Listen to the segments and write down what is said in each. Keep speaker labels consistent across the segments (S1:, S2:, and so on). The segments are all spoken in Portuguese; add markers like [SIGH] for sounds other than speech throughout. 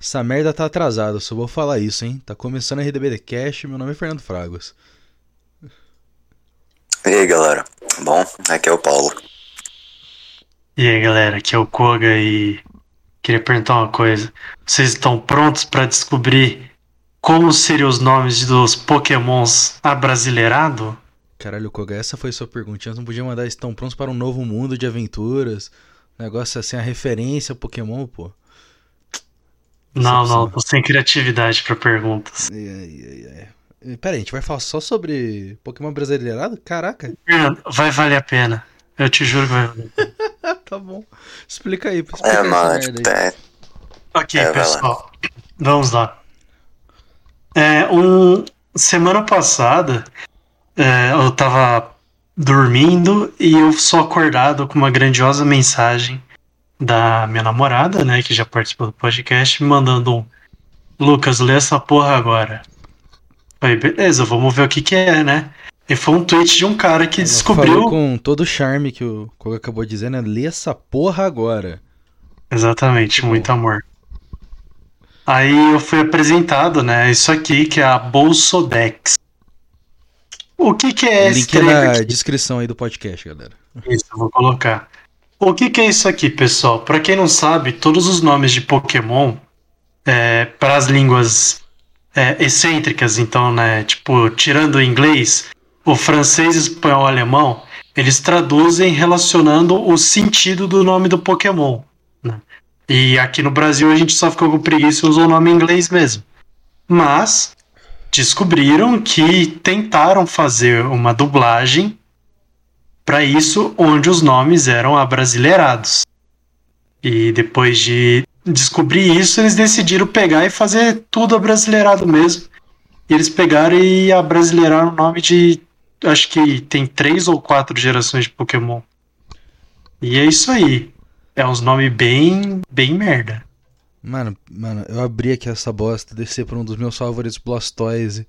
S1: Essa merda tá atrasada, só vou falar isso, hein? Tá começando a RDB The Cash, meu nome é Fernando Fraguas.
S2: E aí galera, bom? Aqui é o Paulo.
S3: E aí galera, aqui é o Koga e queria perguntar uma coisa. Vocês estão prontos pra descobrir como seriam os nomes dos pokémons abrasileirado?
S1: Caralho, Koga, essa foi sua perguntinha. Nós não podia mandar estão prontos para um novo mundo de aventuras. Negócio assim, a referência ao Pokémon, pô.
S3: Não, não, tô sem criatividade pra perguntas.
S1: Ai, ai, ai, ai. Eh, Pera aí, a gente vai falar só sobre Pokémon brasileirado? Caraca, [LAUGHS]
S3: Fernando, Vai valer a pena. Eu te juro que vai valer.
S1: tá bom. Explica aí. Explica
S2: É,
S1: essa
S2: mano,
S1: merda
S2: tipo,
S1: aí.
S3: tá
S2: é,
S3: Ok,
S2: É, vai lá.
S3: pessoal. Vamos lá. É, um, semana passada, é, eu tava dormindo e eu sou acordado com uma grandiosa mensagem da minha namorada, né, que já participou do podcast, me mandando um Lucas, lê essa porra agora. Falei, beleza, vamos ver o que que é, né? E foi um tweet de um cara que
S1: Ela
S3: descobriu...
S1: Falou É, com todo o charme que o Koga acabou dizendo, é lê essa porra agora.
S3: Exatamente,
S1: Muito
S3: muito amor. Aí eu fui apresentado, né? Isso aqui que é a Bolsodex. O que, que é esse
S1: Link na
S3: treco aqui?
S1: descrição aí do podcast, galera.
S3: Isso, eu vou colocar. O que, que é isso aqui, pessoal? Pra quem não sabe, todos os nomes de Pokémon, para as línguas é, excêntricas, então, né? Tipo, tirando o inglês, o francês, espanhol, o alemão, eles traduzem relacionando o sentido do nome do Pokémon. né? E aqui no Brasil a gente só ficou com preguiça e usou o nome em inglês mesmo. Mas descobriram que tentaram fazer uma dublagem para isso onde os nomes eram abrasileirados. E depois de descobrir isso, eles decidiram pegar e fazer tudo abrasileirado mesmo. E eles pegaram e abrasileiraram o nome de. Acho que tem três ou quatro gerações de Pokémon. E é isso aí. É uns nomes bem. bem merda.
S1: Mano, mano, eu abri aqui essa bosta, descer pra um dos meus favoritos, Blastoise.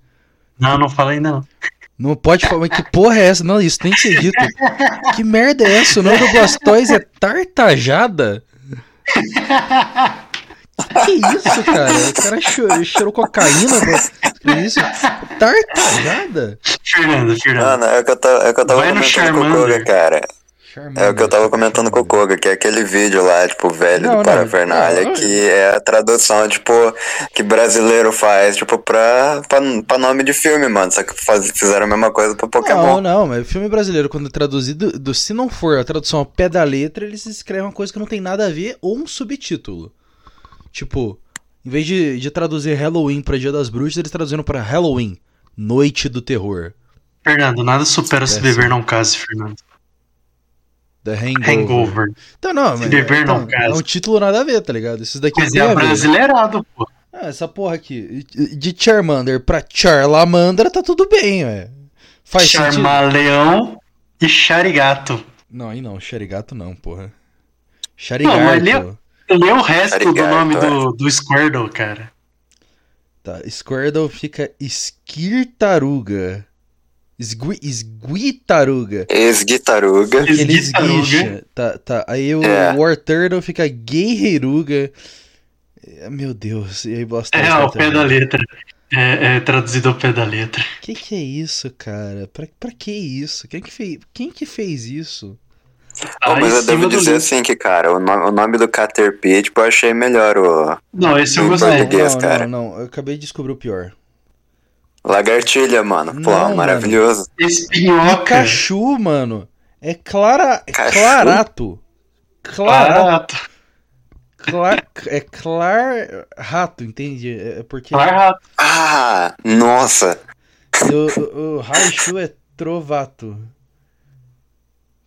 S3: Não, não fala ainda não.
S1: Não pode falar, mas que porra é essa? Não, isso tem que ser dito. Que merda é essa? O nome do Blastoise é Tartajada? Que é isso, cara? O cara cheirou, cheirou cocaína, pô. Que isso? Tartajada?
S3: Fernando, Fernando.
S2: Mano, é o que eu tava, é o que eu tava
S3: Vai no
S2: comentando com o
S3: Charmander.
S2: Koga, cara. É
S1: Charmander.
S2: o que eu tava comentando com o Koga, que é aquele vídeo lá, tipo, velho
S1: Hum. Não, não,
S2: do Parafernália,
S1: não, não.
S2: que é a tradução, tipo, que brasileiro faz, tipo, pra, pra, pra nome de filme, mano. Só que faz- fizeram a mesma coisa pra
S1: Não,
S2: Pokémon.
S1: não, mas filme brasileiro, quando traduzido, do, se não for a tradução ao pé da letra, eles escrevem uma coisa que não tem nada a ver ou um subtítulo. Tipo, em vez de, de traduzir Halloween pra Dia das Bruxas, eles traduziram pra Halloween, Noite do Terror.
S3: Fernando, nada supera se
S1: Péssimo.
S3: beber não case, Fernando.
S1: The Hangover.
S3: Hangover.
S1: Então, não,
S3: Se
S1: mas-
S3: beber, não
S1: então,
S3: case.
S1: É um título nada a ver, tá ligado? Esses daqui
S3: Mas
S1: tem
S3: é
S1: a ver.
S3: abrasileirado, pô.
S1: Ah, essa porra aqui. De Charmander pra Charlamandra tá tudo bem, ué. Faz sentido.
S3: Charmaleão e Charigato.
S1: Não, aí não, Charigato não, porra. Charigato.
S3: mas ele é- Lê o resto
S2: Charigato,
S3: do nome
S2: é.
S3: do, do Squirtle, cara.
S1: Tá, Squirtle fica esquirtaruga. Esgui, esguitaruga.
S2: Ex-guitaruga.
S1: Que Ele
S3: Esguitaruga.
S1: esguicha. Tá, tá. Aí o
S2: É.
S1: War Turtle fica guerreiruga. É, Meu Deus, e aí bosta.
S3: É, ao pé da letra. É, é traduzido ao pé da letra.
S1: Que que é isso, cara? Pra, pra que isso? Quem que, fez, quem que fez isso?
S3: Tá
S2: Pô, mas
S3: em
S2: eu devo
S3: cima do
S2: dizer
S3: livro.
S2: assim que, cara, o nome, o nome do Caterpie, tipo, eu achei melhor o
S3: Não, esse eu
S2: Não,
S3: gostei.
S2: Deus,
S1: não,
S2: cara.
S1: não, não, eu acabei de descobrir o pior.
S2: Lagartilha, mano. Pô,
S1: Não,
S2: maravilhoso.
S3: Espinhoca.
S1: Pikachu, mano, é clara, é
S2: Cachu?
S1: clarato. Clarato.
S3: Clarato.
S1: Clar, é clar rato, entende? É é porque
S3: Clarato.
S2: Ah, nossa.
S1: o, o, o Raichu é trovato.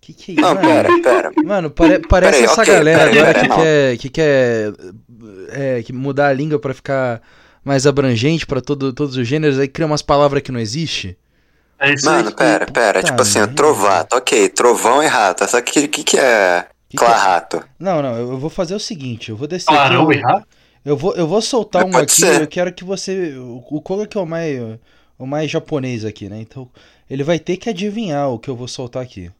S1: Que que é isso?
S2: Não,
S1: mano?
S2: pera, pera.
S1: Mano, pare- parece
S2: Peraí,
S1: essa
S2: ok,
S1: galera
S2: peraí,
S1: agora
S2: peraí,
S1: que
S2: não.
S1: quer, que quer é, que mudar a língua pra ficar mais abrangente pra todo, todos os gêneros, aí cria umas palavras que não existe.
S3: É isso
S2: Mano,
S3: aí.
S2: pera, pera.
S1: Puta
S2: Tipo assim,
S1: merda.
S2: trovato, ok, trovão e rato. Só que o que, que é
S1: Que que é?
S2: clarato?
S1: Não, não, eu vou fazer o seguinte, eu vou descer aqui,
S3: Clarão
S1: eu-
S3: e rato.
S1: Eu vou, eu vou soltar um
S2: É, Pode
S1: aqui,
S2: ser.
S1: eu quero que você. O o Koga que é o mais, o mais japonês aqui, né? Então, ele vai ter que adivinhar o que eu vou soltar aqui.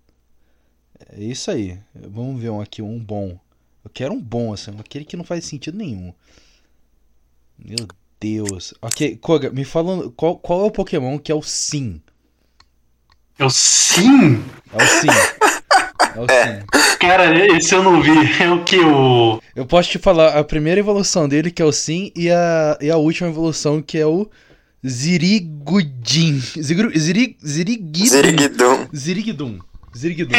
S1: É isso aí. Vamos ver um aqui, um bom. Eu quero um bom, assim, aquele que não faz sentido nenhum. Meu Deus. Ok, Koga, me fala qual, qual é o Pokémon que é o Sim?
S3: Eu sim!
S1: É o Sim.
S2: [LAUGHS]
S1: É o Sim.
S3: Cara, esse eu não vi. É o que? O. [LAUGHS]
S1: Eu posso te falar a primeira evolução dele, que é o Sim, e a, e a última evolução, que é o Zirigudin. Zigru, zirig, zirigidum.
S2: Ziriguidum.
S1: Zirigidum.
S2: [LAUGHS]
S1: Zirigidum.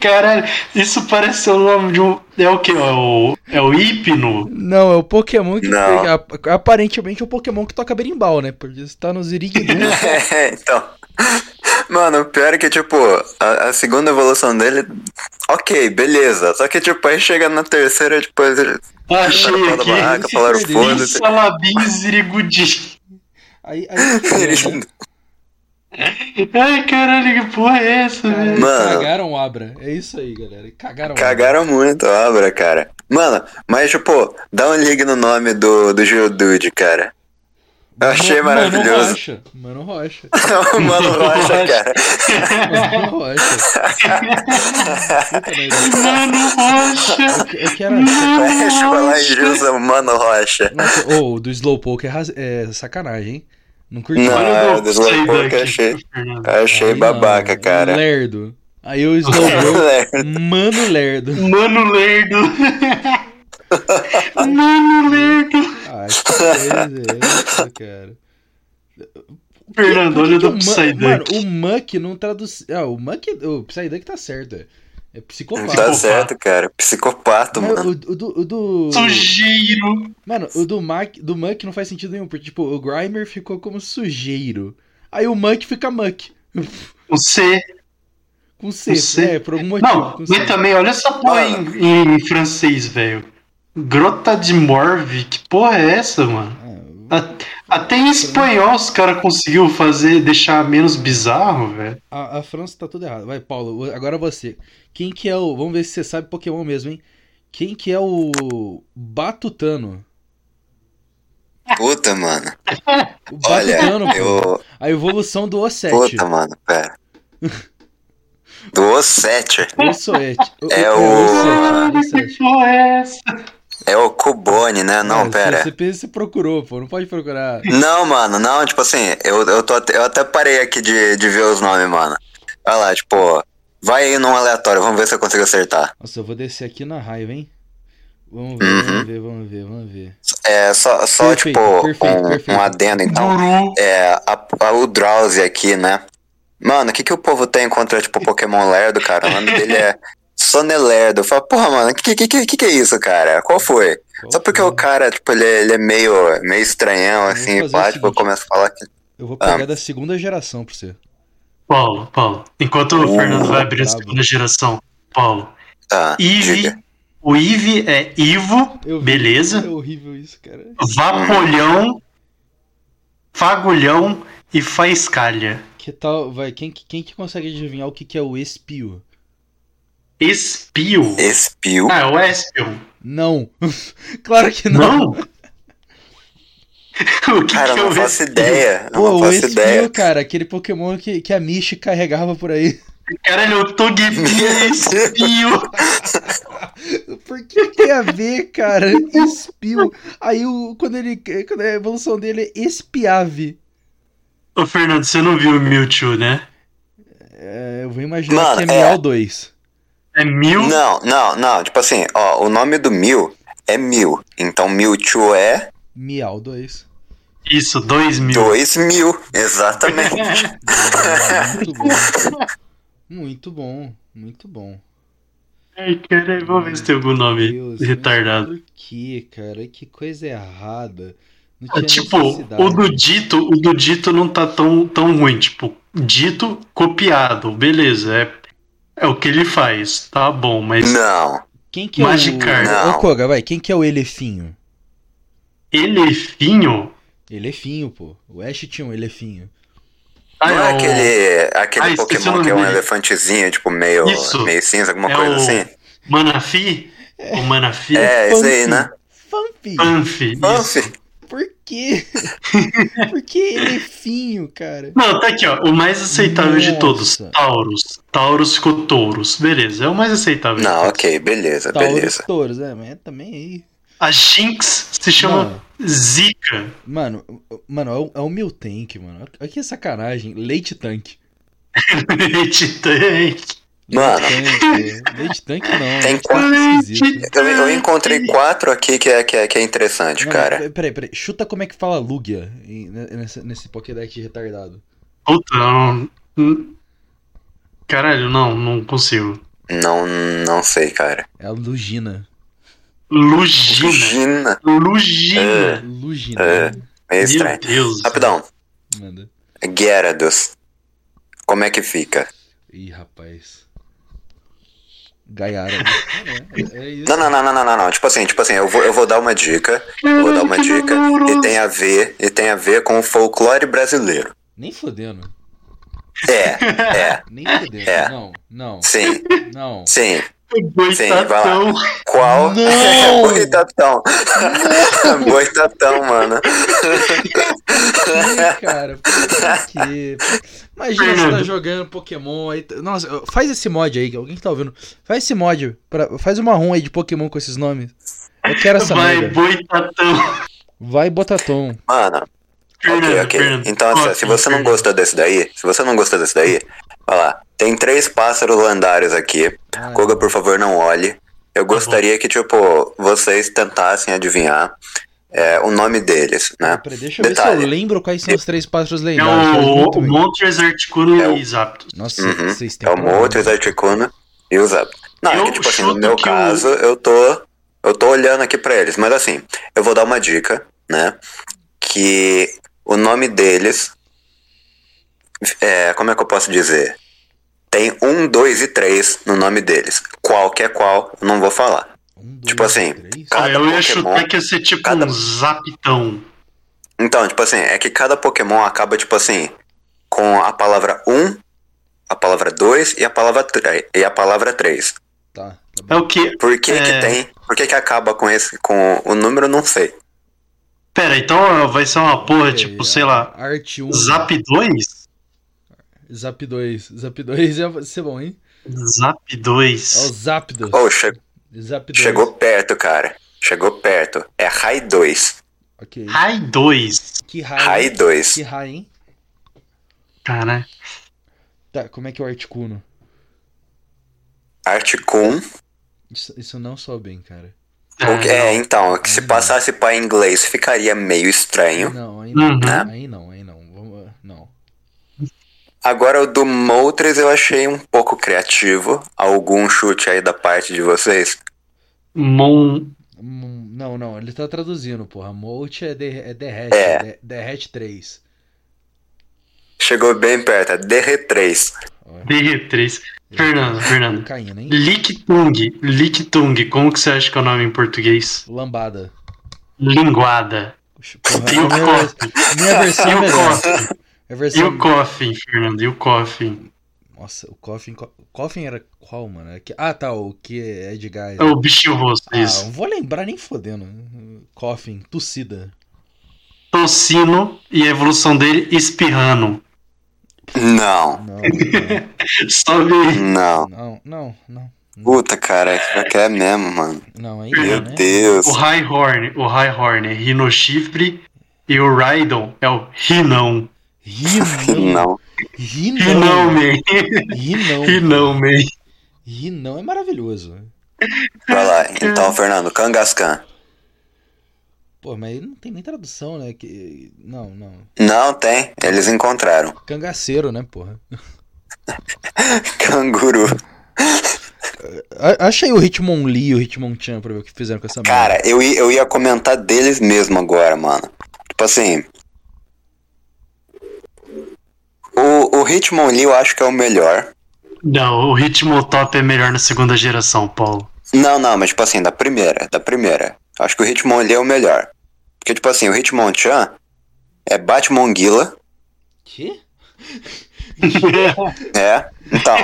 S3: Caralho, isso parece o nome de um. É o que? É o, é o Hipno?
S1: Não, é o Pokémon que.
S2: Não.
S1: a- Aparentemente é o Pokémon que toca berimbau, né? Porque você tá no
S2: [LAUGHS]
S1: Zirigidum.
S2: É, então. Mano, o pior é que, tipo, a, a segunda evolução dele, ok, beleza. Só que, tipo, aí chega na terceira, tipo, depois [LAUGHS] ele.
S3: Achei
S2: Falaram da barraca, falaram
S1: esse
S3: aqui.
S2: foda-se.
S3: Salabim Zirigudi.
S1: aí, aí chega, né?
S3: Ai, caralho, que porra é essa, velho?
S2: Mano.
S1: Cagaram o Abra. É isso aí, galera. Cagaram o Abra.
S2: Cagaram muito a obra, cara. Mano, mas, tipo, dá um ligue no nome do, do Geodude, cara. [LAUGHS] Eu achei
S1: Mano- Mano
S2: maravilhoso.
S1: Rocha. Mano Rocha.
S2: Mano Rocha,
S1: [LAUGHS]
S2: cara.
S1: Mano
S2: [LAUGHS]
S1: Rocha. Puta merda.
S3: Mano Rocha.
S1: Eu, eu quero.
S2: É, falar em Jusa, Mano Rocha.
S1: Nossa, ô, o do Slowpoke é, raz- é sacanagem, hein? Não curti.
S2: Não,
S1: Aí
S2: Ah,
S3: Olha o
S2: Deus,
S3: Golsei
S2: louco,
S3: daqui,
S2: achei.
S3: Fernando.
S2: Eu achei
S1: não,
S2: babaca, cara.
S1: Lerdo. Aí o
S2: [LAUGHS]
S3: [LAUGHS]
S1: Slowpoke. Mano Lerdo.
S3: Mano Lerdo. Mano Lerdo.
S1: Ai, que coisa Ah, é essa, cara.
S3: Fernando,
S1: Por que que
S3: olha do
S1: o Ma- Mano,
S3: Psyduck.
S1: o Muck não traduz. Ah, o Muck. O Psyduck tá certo, é. É psicopata.
S2: Tá certo, cara. Psicopata,
S1: Mas
S2: mano.
S1: o, o do. O do...
S3: Sujeiro.
S1: Mano, o do, Mac, do Muck não faz sentido nenhum, porque, tipo, o Grimer ficou como sujeiro. Aí o Muck fica Muck.
S3: O C.
S1: Com C,
S3: Com C?
S1: é, por algum motivo.
S3: Não, tá-
S1: com C.
S3: e também, olha essa porra em, em francês, velho. Grota de Morve, que porra é essa, mano?
S1: Ah,
S3: A- Até em espanhol os caras conseguiu fazer, deixar menos bizarro, velho.
S1: a, a França tá tudo errado. Vai, Paulo, agora você. Quem que é o. Vamos ver se você sabe Pokémon mesmo, hein? Quem que é o. Batutano?
S2: Puta, mano.
S1: O
S2: Olha,
S1: Batutano, pô.
S2: eu.
S1: A evolução do Ossete.
S2: Puta, mano,
S1: [LAUGHS]
S2: pera. Do O7.
S1: Ossoete. O-
S2: É
S1: o.
S2: o-
S1: Ossete,
S3: Caralho, que
S1: Ossete.
S3: porra é essa?
S2: É o Cubone, né? Não,
S1: Ah,
S2: pera.
S1: Você, você, você procurou, pô. Não pode procurar.
S2: Não, mano, não, tipo assim, eu, eu, tô, até- eu até parei aqui de, de ver os nomes, mano. Olha lá, tipo, vai aí num aleatório, vamos ver se eu consigo acertar.
S1: Nossa, eu vou descer aqui na raiva, hein? Vamos ver,
S2: Uhum.
S1: vamos ver, vamos ver, vamos ver.
S2: É, só, só
S1: Perfeito,
S2: tipo,
S1: perfeito,
S2: um,
S1: perfeito.
S2: um adendo, então.
S3: Guru.
S2: É, a, a- o Drowsy aqui, né? Mano, o que, que o povo tem contra, tipo, Pokémon Lerdo, cara? O nome dele é Sonelerdo. Fala, porra, mano, o que, que, que, que que é isso, cara? Qual foi? Só porque o cara, tipo, ele, é- ele é meio, meio estranhão, assim,
S1: fazer o
S2: pá, tipo, eu
S1: seguinte.
S2: começo a falar que.
S1: Eu vou
S2: Ah.
S1: pegar da segunda geração pra você.
S3: Paulo, Paulo. Enquanto o
S2: Uh,
S3: Fernando vai abrir a
S1: brabo.
S3: segunda geração, Paulo.
S2: Ah, diga.
S3: Ive. O Ive é Ivo,
S1: Eu vi.
S3: beleza?
S1: É horrível isso, cara.
S3: Vapolhão, Fagulhão e Faiscalha.
S1: Que tal, vai, quem, que- quem que consegue adivinhar o que, que é o espio?
S3: Espio.
S2: Espio.
S3: Ah, é o Espion.
S1: Não. [LAUGHS] claro que não.
S3: Não? [LAUGHS] o que,
S2: Cara,
S3: que
S2: eu
S3: eu
S2: não faço
S3: vejo?
S2: ideia. Eu
S1: Pô,
S2: não
S1: o
S2: faço
S1: espio,
S2: ideia.
S1: cara, aquele Pokémon que, que a Michi carregava por aí. [LAUGHS]
S3: Caralho, o
S2: [LAUGHS]
S3: Togepi é espio.
S1: Por que que tem a ver, cara? Espio. Aí o, quando ele. Quando a evolução dele é espiave.
S3: Ô, Fernando, você não viu o Mewtwo, né?
S1: É, eu vou imaginar
S2: Mano,
S1: que é,
S2: é.
S1: Miau 2.
S3: É Mew.
S2: Não, não, não. Tipo assim, ó, o nome do Mil é Mil. Então Mewtwo é
S1: Miau 2.
S3: Isso, dois mil.
S2: dois mil. Exatamente.
S3: [LAUGHS]
S1: Muito bom. Muito bom. Muito bom.
S3: Ai, caralho, vou ver se tem algum
S1: Meu
S3: nome
S1: Deus, né? mas
S3: retardado.
S1: Por que, cara? Que coisa errada. Não
S3: É,
S1: tinha
S3: Tipo,
S1: necessidade.
S3: o do Dito, o do Dito não tá tão, tão ruim. Tipo, Dito copiado, beleza. É, é o que ele faz, tá bom, mas
S2: Não.
S1: Quem que é
S3: Magikarp.
S1: o...
S2: Não.
S1: Ô, Koga, vai. Quem que é o elefinho?
S3: é elefinho.
S1: Elefinho, pô. O Ash tinha um elefinho.
S3: Ah,
S2: Não é
S3: o-
S2: aquele,
S3: Ah,
S2: aquele
S3: esqueci o
S2: Pokémon
S3: nome
S2: que é um
S3: dele.
S2: elefantezinho, tipo, meio,
S3: Isso.
S2: meio cinza, alguma
S3: É
S2: coisa
S3: o-
S2: assim?
S3: Manafi? O Manafi?
S2: É, isso aí, né?
S1: Fanfi.
S3: Banff. isso.
S2: Nossa,
S1: Por quê? Por que elefinho, cara?
S3: Não, tá aqui, ó. O mais aceitável de
S1: Nossa.
S3: todos. Taurus. Taurus ficou touros. Beleza, é o mais aceitável. Tá,
S2: Não, ok, É beleza,
S1: Taurus
S2: beleza.
S1: Touros, é, mas é também aí.
S3: A Jinx se chama
S1: Mano,
S3: Zica. [LAUGHS]
S1: Mano, mano, é o, é o meu tank, mano. Olha que sacanagem. Leite tanque.
S3: Leite tanque.
S2: Mano.
S1: Leite tanque. Leite tanque não.
S2: Tem
S1: é
S2: quatro.
S1: esquisito.
S2: Eu, eu encontrei quatro aqui que é, que é, que é interessante,
S1: Não,
S2: cara.
S1: mas Peraí, peraí. Chuta como é que fala Lugia em- nesse, nesse Pokédex de retardado.
S3: Puta, não. hum. Caralho, não, não consigo.
S2: Não, não sei, cara.
S1: É a Lugina.
S3: Lugina.
S2: Gina.
S3: Lugina.
S1: Lugina.
S2: É. Meio
S3: Meu
S2: estranho.
S3: Deus.
S2: Rapidão.
S1: Manda.
S2: Gyarados. Como é que fica?
S1: Ih, rapaz. Gaiara. É, é isso.
S2: Não, não, não, não, não, não, não. Tipo assim, tipo assim, eu vou, eu vou dar uma dica. Eu vou dar uma dica. E tem a ver, e tem a ver com o folclore brasileiro.
S1: Nem fodendo.
S2: É,
S1: Nem fodendo.
S2: É.
S1: Não, não,
S2: sim,
S1: não.
S2: sim.
S3: tá Coitadão.
S2: Qual?
S1: Não!
S2: [LAUGHS] Boitatão. Boitatão, mano.
S1: Ih, cara, por quê? Imagina você tá jogando Pokémon aí. t- Nossa, faz esse mod aí, alguém que tá ouvindo. Faz esse mod. Pra, faz uma ROM aí de Pokémon com esses nomes. Eu quero essa
S3: Vai,
S1: merda.
S3: boitatão.
S1: Vai Botatom.
S2: Mano, ok,
S3: Fernando,
S2: ok.
S3: Fernando.
S2: Então, assim,
S3: Ótimo,
S2: se você não
S3: Fernando.
S2: gostou desse daí, se você não gostou desse daí, olha lá. Tem três pássaros lendários aqui.
S1: Ah,
S2: Koga, por favor, não olhe. Eu gostaria que, tipo, vocês tentassem adivinhar é, o nome deles, né?
S1: peraí, deixa eu ver se
S2: Detalhe.
S1: eu lembro quais são os três pássaros
S3: É
S1: lendários. cara,
S3: o,
S1: muito
S3: o
S1: bem.
S3: Moltres, Articuno
S2: É o-
S3: e Zapdos.
S1: Nossa,
S2: Uhum.
S1: vocês têm
S2: É o
S1: problema.
S2: Moltres, Articuno e o Zap. Não,
S3: Eu
S2: é que, tipo assim, no
S3: chuto
S2: meu
S3: que o-
S2: caso, eu tô. Eu tô olhando aqui pra eles. Mas assim, eu vou dar uma dica, né? Que o nome deles. É, como é que eu posso dizer? Tem um, dois e três no nome deles. Qual que é qual, eu não vou falar.
S1: Um, dois,
S2: tipo assim,
S1: três?
S2: cada
S3: Ah, eu ia
S2: Pokémon-
S3: chutar que ia ser tipo
S2: cada-
S3: um Zaptão.
S2: Então, tipo assim, é que cada Pokémon acaba, tipo assim, com a palavra um, a palavra dois e a palavra, tre- e a palavra três.
S1: Tá, tá bom.
S3: É o quê?
S2: Por que,
S3: É.
S2: que tem? Por que, que acaba com esse com o número? eu Não sei.
S3: Pera, então ó, vai ser uma porra,
S1: Ok,
S3: tipo,
S1: ó.
S3: sei lá,
S1: Art 1.
S3: Zap 2?
S1: Zap 2. Zap 2 ia ser bom, hein?
S3: Zap
S1: É o
S3: 2.
S1: Zapdos.
S2: Oh, che-
S1: Zap 2.
S2: chegou perto, cara. Chegou perto. É Rai 2.
S1: Ok.
S3: Rai 2.
S1: Que raio.
S2: Rai 2.
S1: Que raio, hein?
S3: Cara,
S1: Tá, como é que é o Articuno?
S2: Articum.
S1: Isso, isso não sou bem, cara.
S2: O que- É,
S3: é,
S2: então, que se passasse pra inglês ficaria meio estranho.
S1: Não, aí não.
S3: Uhum.
S1: Aí não, aí não. Vamos, ah, não.
S2: Agora o do Moltres eu achei um pouco criativo. Algum chute aí da parte de vocês?
S3: Mon...
S1: Hum, Não, não, ele tá traduzindo, porra. Molt é, de, é derrete.
S2: É.
S1: de- derrete 3.
S2: Chegou bem perto, é DR3.
S1: Ó,
S3: DR3. Fernando, Fernando.
S1: Cocaína, hein?
S3: Lictung. Lictung. Como que você acha que é o nome em português?
S1: Lambada.
S3: Linguada.
S1: Puxa, Porra,
S2: um
S3: E o
S1: minha, vers-
S3: Coffin.
S1: minha versão é
S3: E o
S1: melhor.
S3: Coffin.
S1: É a
S3: E
S1: versão
S3: o Coffin, Fernando. E o Coffin.
S1: Nossa, o Coffin. co- Coffin era qual, mano? É que- Ah, tá, o que é de gás.
S3: É o bichinho rosto,
S1: ah,
S3: isso.
S1: não vou lembrar nem fodendo. Coffin, tossida.
S3: Tocino e a evolução dele, espirrano.
S2: Não, [LAUGHS]
S1: Não,
S3: Sobe
S2: não.
S1: não, não, não, não.
S2: Puta, cara, pior que é mesmo, mano.
S1: Não, aí
S2: Meu
S1: não, né?
S2: Deus.
S3: o Highhorn. O Highhorn é rinochifre. E o Raidon é o Rinão.
S2: [LAUGHS]
S1: Rinão.
S2: Não.
S3: Rinão,
S1: Rinão.
S3: man.
S1: Rinão.
S3: Rinão, man.
S1: Rinão é maravilhoso.
S2: Vai lá. Então, Fernando, Kangaskhan.
S1: Pô, mas ele não tem nem tradução, né? Que... Não, não.
S2: Não tem, eles encontraram. [LAUGHS]
S1: Cangaceiro, né, porra?
S2: Canguru.
S1: A acha aí o Hitmonlee e o Hitmonchan pra ver o que fizeram com essa merda.
S2: Cara, eu, i- eu ia comentar deles mesmo agora, mano. Tipo assim. O, o Hitmonlee eu acho que é o melhor.
S3: Não, o ritmo top é melhor na segunda geração, Paulo.
S2: Não, não, mas tipo assim, da primeira. Da primeira. Eu acho que o Hitmonlee é o melhor. Porque, tipo assim, o Hitmonchan é Batmonguila.
S1: Que?
S2: É.
S3: [LAUGHS]
S2: Então.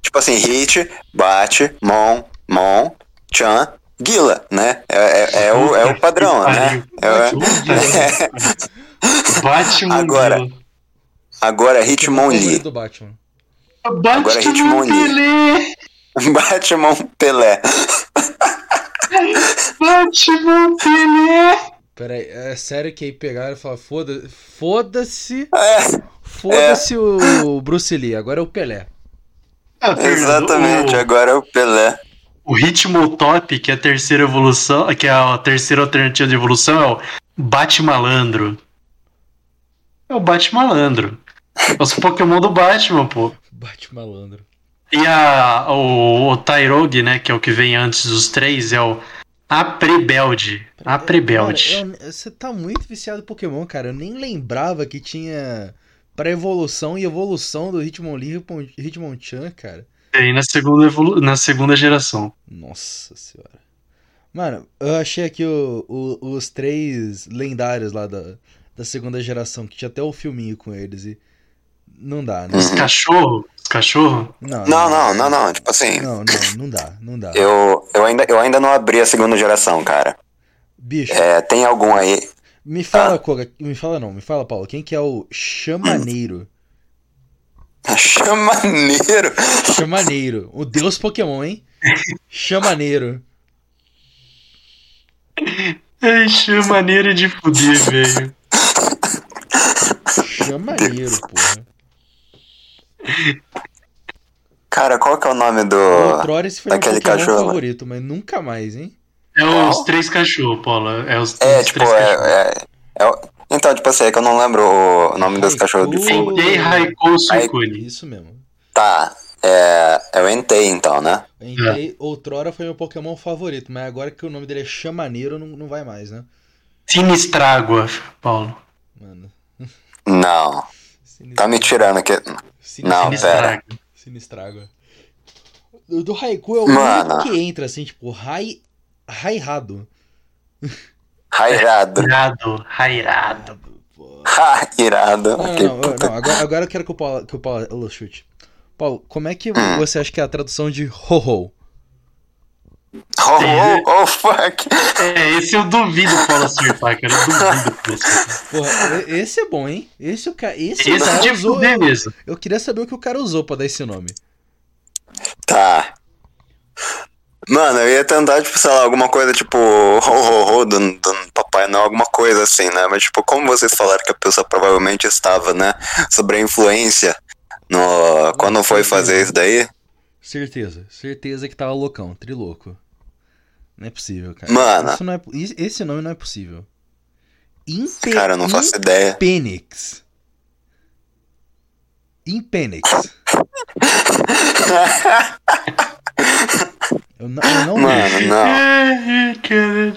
S2: tipo assim, Hit, Bat, Mon, Mon, Chan, Guila, né? É, é- é o, é o padrão, né? É-
S3: Batman.
S2: Agora, Agora é
S1: Favorito
S2: Hitmonlee.
S1: é do Batman.
S2: é
S3: Batman
S2: Hitmonlee.
S3: um Pelé!
S2: [LAUGHS] Batman Pelé.
S3: Batman um Pelé!
S1: Pera aí, é sério que aí pegaram e falaram, foda- foda-se,
S2: É,
S1: foda-se o, o Bruce Lee, agora é o Pelé.
S3: Ah, Fernando,
S2: exatamente,
S3: o-
S2: agora é o Pelé.
S3: O ritmo top, que é a terceira evolução, que é a terceira alternativa de evolução, é o Bate Malandro. É o Bate Malandro. É os Pokémon do Batman, pô.
S1: Bate malandro.
S3: E a, o, o Tairogue, né, que é o que vem antes dos três, é o Aprebelde. Aprebelde.
S1: Cara, eu- Você tá muito viciado em Pokémon, cara. Eu nem lembrava que tinha pré-evolução e evolução do Hitmonlee e Hitmon- Hitmonchan, cara.
S3: Tem na segunda, evolu- na segunda geração.
S1: Nossa senhora. Mano, eu achei aqui o- o- os três lendários lá da, da segunda geração, que tinha até o filminho com eles e. Não dá, né?
S3: Os cachorro, os cachorro,
S1: Não,
S2: Não, não, não, não, tipo assim,
S1: Não, não, não dá, não dá.
S2: eu, eu, ainda, eu ainda não abri a segunda geração, cara.
S1: Bicho,
S2: É, tem algum aí, [LAUGHS]
S1: me fala, Koga, me fala não, me fala, Paulo, quem que é o Xamaneiro?
S2: Chamaneiro.
S1: Xamaneiro, o deus Pokémon, hein? Xamaneiro.
S3: Ixi, maneira de fuder, velho.
S1: Xamaneiro, porra.
S2: Cara, qual que é o nome do.
S1: Outrora esse foi meu
S2: daquele
S1: Pokémon
S2: cachorro.
S1: favorito, mas nunca mais, hein?
S3: É os três cachorros, Paula. É os,
S2: É,
S3: os
S2: tipo,
S3: três cachorros.
S2: é. é- é o- Então, tipo assim, é que eu não lembro o nome dos cachorros de
S1: Haiku.
S2: fogo.
S3: Entei Raikou Suicune.
S1: Isso mesmo.
S2: Tá, é. Eu entrei então, né?
S1: Entei, outrora foi meu Pokémon favorito, mas agora que o nome dele é Xamaneiro, não, não vai mais, né?
S3: Sinistrágua, Paulo.
S1: Mano.
S2: Não, tá me tirando aqui. Não, pera.
S3: Sinistrágua.
S1: Sinistrago. O do Haiku é o
S2: Mano.
S1: único que entra, assim, tipo, rai... rairado.
S2: Rairado.
S3: Irado, rairado.
S1: Pô.
S2: [LAUGHS] Ha, irado.
S1: Não,
S2: Que
S1: não, não,
S2: puta-
S1: não, agora, agora eu quero que o Paulo, que o Paulo Alô, chute. Paulo, como é que
S2: Hum.
S1: você acha que é a tradução de ho-ho?
S2: Oh, oh, oh, fuck.
S3: É, esse eu duvido Paulo acertar, cara. Eu duvido Paulo acertar.
S1: Porra, e- esse é bom, hein? Esse, o ca... esse, o
S3: Esse é
S1: cara
S3: de
S1: usou...
S3: fuder mesmo.
S1: Eu queria saber o que o cara usou pra dar esse nome.
S2: Tá. Mano, eu ia tentar, tipo, sei lá, alguma coisa tipo ho ho ho do, do Papai Noel, alguma coisa assim, né? Mas, tipo, como vocês falaram que a pessoa provavelmente estava, né, sobre a influência no, quando foi fazer isso daí,
S1: Certeza, certeza que tava loucão, triloco. Não é possível, cara.
S2: Mano.
S1: Isso não é... po- is- Esse nome não é possível. Impe...
S2: cara, eu não faço ideia.
S1: Impenix.
S2: [LAUGHS]
S1: Impenix. eu não, eu não
S2: Mano, não.
S3: Ai, caralho.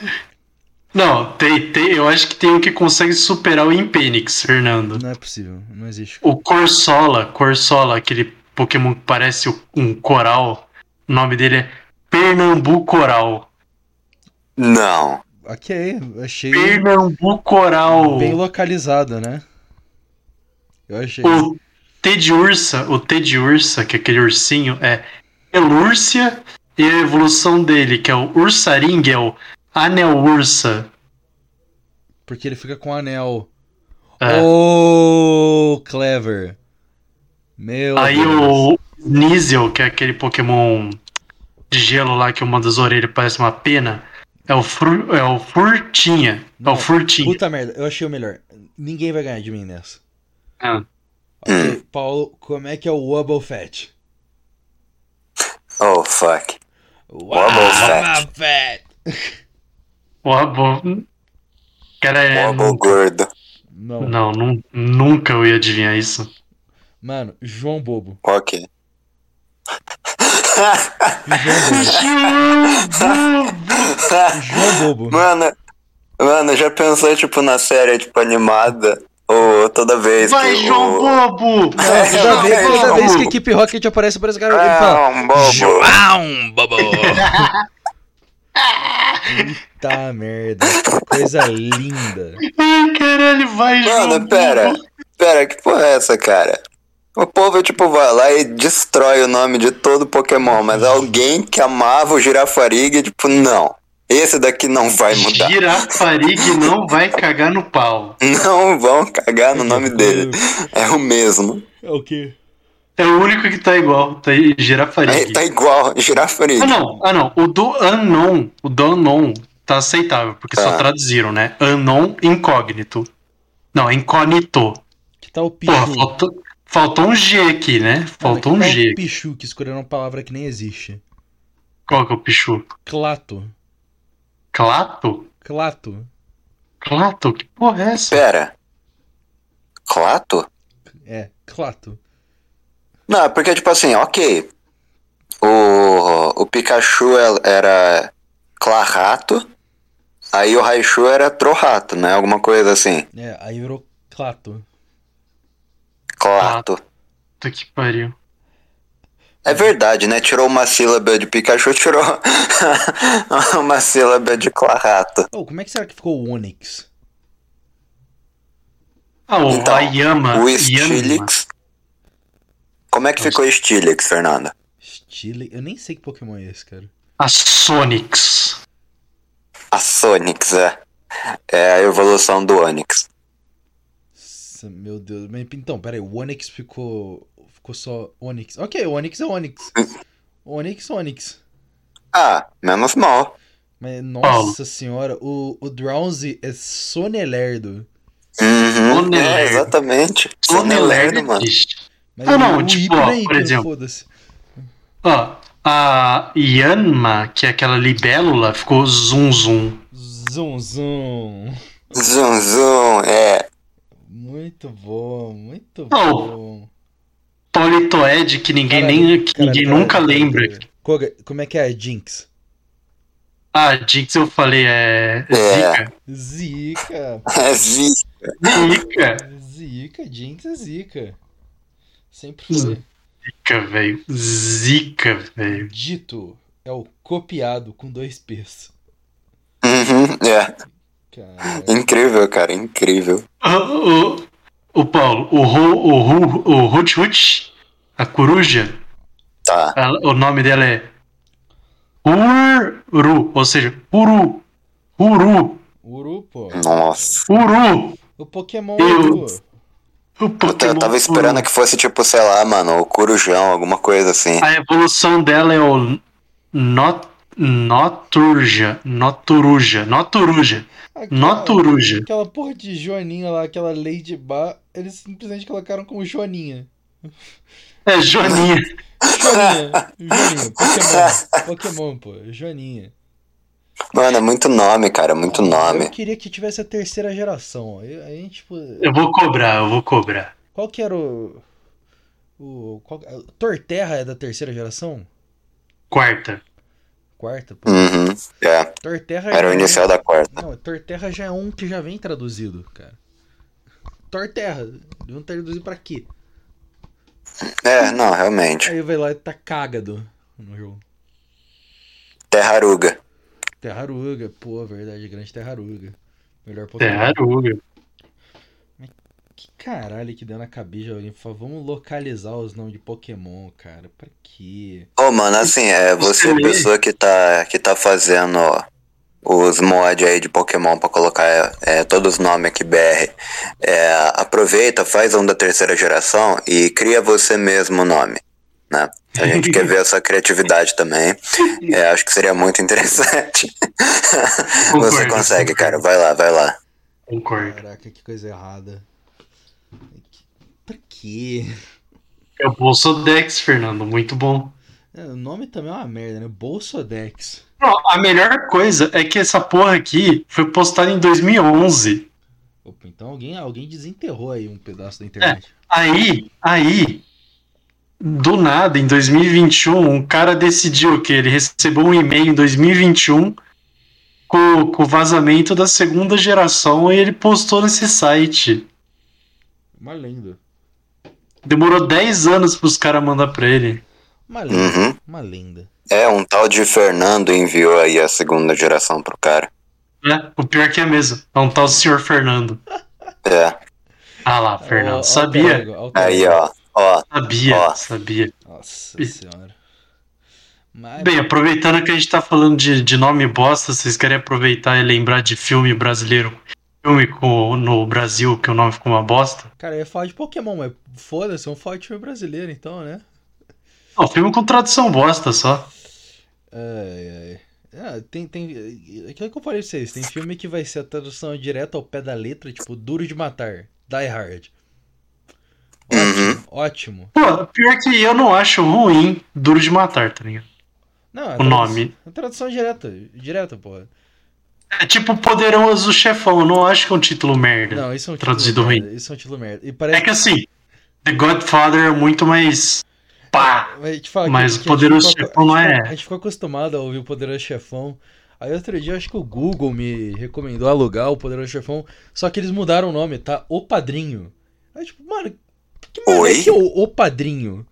S3: Não, tem, tem, eu acho que tem um que consegue superar o Impenix, Fernando.
S1: Não é possível, não existe.
S3: O Corsola, Corsola, aquele Pokémon que parece um coral. O nome dele é Pernambucoral.
S2: Não.
S1: Ok, é, achei
S3: Pernambucoral.
S1: bem localizado, né? Eu achei.
S3: O T de ursa, o T de ursa, que é aquele ursinho, é Elúrcia, e a evolução dele, que é o Ursaring, é o Anel Ursa.
S1: Porque ele fica com anel.
S3: É.
S1: Oh, clever. Meu
S3: Aí
S1: Deus.
S3: o Nizel, que é aquele Pokémon de gelo lá, que uma das orelhas parece uma pena, é o, fru, é o Furtinha. É
S1: Não,
S3: o Furtinha.
S1: Puta merda, eu achei o melhor. Ninguém vai ganhar de mim nessa.
S3: É. [COUGHS]
S1: Ok, Paulo, como é que é o Wobble Fat?
S2: Oh, fuck. Wobble
S1: Fat!
S3: Ó, bom. Cara, é,
S2: Wobble gordo.
S1: Não.
S3: não, não, nunca eu ia adivinhar
S2: [LAUGHS]
S3: isso.
S1: Mano, João Bobo.
S2: Ok.
S3: [COUGHS]
S1: João Bobo. João Bobo.
S2: [LAUGHS] Mano, mano, já pensou, tipo, na série, tipo, animada? Ou toda vez
S3: Vai,
S2: que
S3: João
S2: o... É,
S3: Bobo!
S1: Cara, toda
S2: João
S1: vez, toda
S2: Bobo.
S1: vez que a equipe Rocket aparece pra esse cara, ele fala.
S2: Ah, um bobo.
S1: João Bobo! Puta merda, que coisa linda.
S3: Ai, caralho, vai,
S2: Mano,
S3: João
S2: pera.
S3: Bobo.
S2: Pera, que porra é essa, cara? O povo, tipo, vai lá e destrói o nome de todo Pokémon, mas alguém que amava o Girafariga, tipo, não. Esse daqui não vai mudar.
S3: Girafarigue não vai cagar no pau.
S2: Não vão cagar no nome dele. É o mesmo.
S1: É o quê?
S3: É o único que tá igual, tá aí, Girafarigue.
S2: É, tá igual, Girafariga.
S3: Ah não, ah não, o do Anon, o do Anon, tá aceitável, porque só
S2: Tá.
S3: traduziram, né? Anon incógnito. Não, incógnito.
S1: Que tal o Pichu?
S3: Porra, faltou, faltou um G aqui, né?
S1: Cara,
S3: Faltou um
S1: que tal
S3: G.
S1: o Pichu, que escolheram uma palavra que nem existe.
S3: Qual que é o pichu?
S1: Clato.
S3: Clato?
S1: Clato.
S3: Clato? Que porra é essa?
S2: Pera. Clato?
S1: É, clato.
S2: Não, é porque, tipo assim, ok. O, o Pikachu é- era Clarato. Aí o Raichu era Trorato, né? Alguma coisa assim.
S1: É, aí virou clato.
S2: Clato.
S3: Puta que pariu.
S2: É verdade, né? Tirou uma sílaba de Pikachu, [LAUGHS] tirou uma sílaba de Clarato.
S1: Ô, como é que será que ficou o Onix?
S3: Ah, o
S2: Então,
S3: Ayama.
S2: O
S3: Yama.
S2: Stilix. Como é que
S3: Nossa.
S2: ficou Stilix, Fernando?
S1: Stile... Eu nem sei que Pokémon é esse, cara.
S3: A Sonics.
S2: A Sonix, é. É a evolução do Onix.
S1: Nossa, Meu Deus. Mas, Então, pera aí. O Onix ficou... Ficou só Onix. Ok, o Onix é Onix. Onix, Onix.
S2: Ah, menos mal.
S1: Mas, nossa senhora, o, o Drowsy é sonelerdo.
S2: Uhum.
S3: Sonelerdo.
S2: É, exatamente. Sonelerdo, mano.
S3: Ixi.
S1: Mas
S3: Ah, não,
S1: o
S3: tipo,
S1: híbrido
S3: ó,
S1: é
S3: por
S1: híbrido,
S3: exemplo.
S1: foda-se.
S3: Ó, a Yanma, que é aquela libélula, ficou zum zum.
S1: Zum, zum.
S2: Zum, zum, é. [LAUGHS]
S1: Muito bom, muito
S3: Não.
S1: bom.
S3: Politoed, que ninguém, nem, que
S1: Caralho,
S3: ninguém
S1: caralho,
S3: nunca
S1: caralho,
S3: lembra.
S1: caralho. Koga, como é que é a Jinx?
S3: Ah, Jinx eu falei, é.
S2: É.
S1: Zica,
S3: Zika.
S2: É zi.
S3: Zika,
S1: zica, Jinx é zica. Sempre foi.
S3: Zika, velho. Zika, velho.
S1: Dito é o copiado com dois P's.
S2: Uhum, é.
S1: Cara,
S2: Incrível, cara, incrível.
S3: Ah, O, o, o Paulo, o Ro, o Ru, o Hut Hut, a coruja,
S2: Tá.
S3: ela- o nome dela é Uru, ou seja, Uru, Uru,
S1: Uru, pô.
S2: Nossa.
S3: Uru.
S1: O Pokémon
S3: Eu-
S1: Uru.
S3: O
S2: Puta, eu
S3: Pokémon
S2: tava esperando
S3: Uru.
S2: que fosse tipo, sei lá, mano, o Corujão, alguma coisa assim.
S3: A evolução dela é o Not, Noturja, Noturuja, Noturuja,
S1: Aquela-
S3: Noturuja.
S1: Aquela porra de Joaninha lá, aquela Lady Bar, eles simplesmente colocaram como
S2: [LAUGHS]
S1: Joaninha.
S3: É Joaninha.
S1: Joaninha, Joaninha, Pokémon, Pokémon, pô, Joaninha.
S2: Mano, é muito nome, cara, é muito
S1: Eu
S2: nome.
S1: queria que tivesse a terceira geração. ó. Eu- A gente, tipo,
S3: Eu vou cobrar, eu vou cobrar.
S1: qual que era o. o qual, a- Torterra é da terceira geração?
S3: Quarta.
S1: Quarta, pô.
S2: Uhum, é.
S1: Torterra
S2: Era o
S1: já é-
S2: inicial da quarta.
S1: Não, Torterra já é um que já vem traduzido, cara. Torterra, vão traduzir pra quê?
S2: É, não, realmente.
S1: Aí vai lá e tá cagado no jogo.
S2: Terraruga.
S1: Terraruga, pô, verdade, grande terraruga. Melhor Pokémon.
S3: É, Tartaruga.
S1: Que caralho que deu na cabeça de alguém. Falou, vamos localizar os nomes de Pokémon, cara. Pra quê?
S2: Ô, mano, assim, é você a pessoa que tá, que tá fazendo os mods aí de Pokémon pra colocar é, todos os nomes aqui BR. É, aproveita, faz um da terceira geração e cria você mesmo o nome. Né? A gente quer
S3: [LAUGHS]
S2: ver essa criatividade também. É, acho que seria muito interessante. [LAUGHS] Você
S3: Concordo,
S2: consegue,
S3: concordo.
S2: cara. Vai lá, vai lá.
S3: Concordo.
S1: Caraca, que coisa errada. Que- Pra quê?
S3: É o Bolsodex, Fernando, muito bom.
S1: É, o nome também é uma merda, né? Bolsodex.
S3: Não, a melhor coisa é que essa porra aqui foi postada em 2011.
S1: Opa, então alguém, alguém desenterrou aí um pedaço da internet.
S3: Aí, aí, do nada, em 2021, um cara decidiu que ele recebeu um e-mail em 2021 com, com o vazamento da segunda geração e ele postou nesse site. É.
S1: Uma lenda.
S3: Demorou 10 anos pros caras mandar pra ele.
S1: Uma lenda.
S2: Uhum.
S1: Uma lenda.
S2: É, um tal de Fernando enviou aí a segunda geração pro cara.
S3: É, o pior que é mesmo. É um tal senhor Fernando.
S2: É,
S3: Ah lá,
S1: Ó, ó
S3: Fernando.
S1: o
S3: Sabia,
S1: alter ego, ó o alter
S2: aí,
S1: ego.
S2: ó. Ó,
S3: sabia,
S2: Ó.
S3: sabia.
S1: Nossa senhora. Mas,
S3: Bem, aproveitando que a gente tá falando de, de nome bosta, vocês querem aproveitar e lembrar de filme brasileiro? Filme com- no Brasil que o nome ficou uma bosta?
S1: cara, eu ia falar de Pokémon, mas foda-se, vamos falar de filme brasileiro então, né?
S3: Não, filme com tradução bosta só.
S1: Ai, ai. Ah, tem, tem. Aquilo que eu falei pra vocês, tem filme que vai ser a tradução direta ao pé da letra, tipo, duro de matar, Die Hard. Ótimo, ótimo.
S3: Pô, pior que eu não acho ruim Duro de Matar, tá ligado?
S1: Não, a
S3: O nome.
S1: A tradução direta, direta, porra.
S3: É tipo Poderoso Chefão, eu não acho que é um título merda.
S1: Não, isso é um título
S3: Traduzido ruim.
S1: merda, Isso é um título merda. E
S3: É
S1: parece
S3: que assim, The Godfather é muito mais. pá!
S1: Mas, te fala que-
S3: Mas
S1: que
S3: o Poderoso
S1: a gente ficou-
S3: Chefão não
S1: a gente
S3: é-
S1: ficou- A gente ficou acostumado a ouvir o Poderoso Chefão. Aí outro dia eu acho que o Google me recomendou alugar o Poderoso Chefão, só que eles mudaram o nome, tá? O Padrinho. Aí tipo, mano, que merda
S2: Oi?
S1: é que é o, o Padrinho?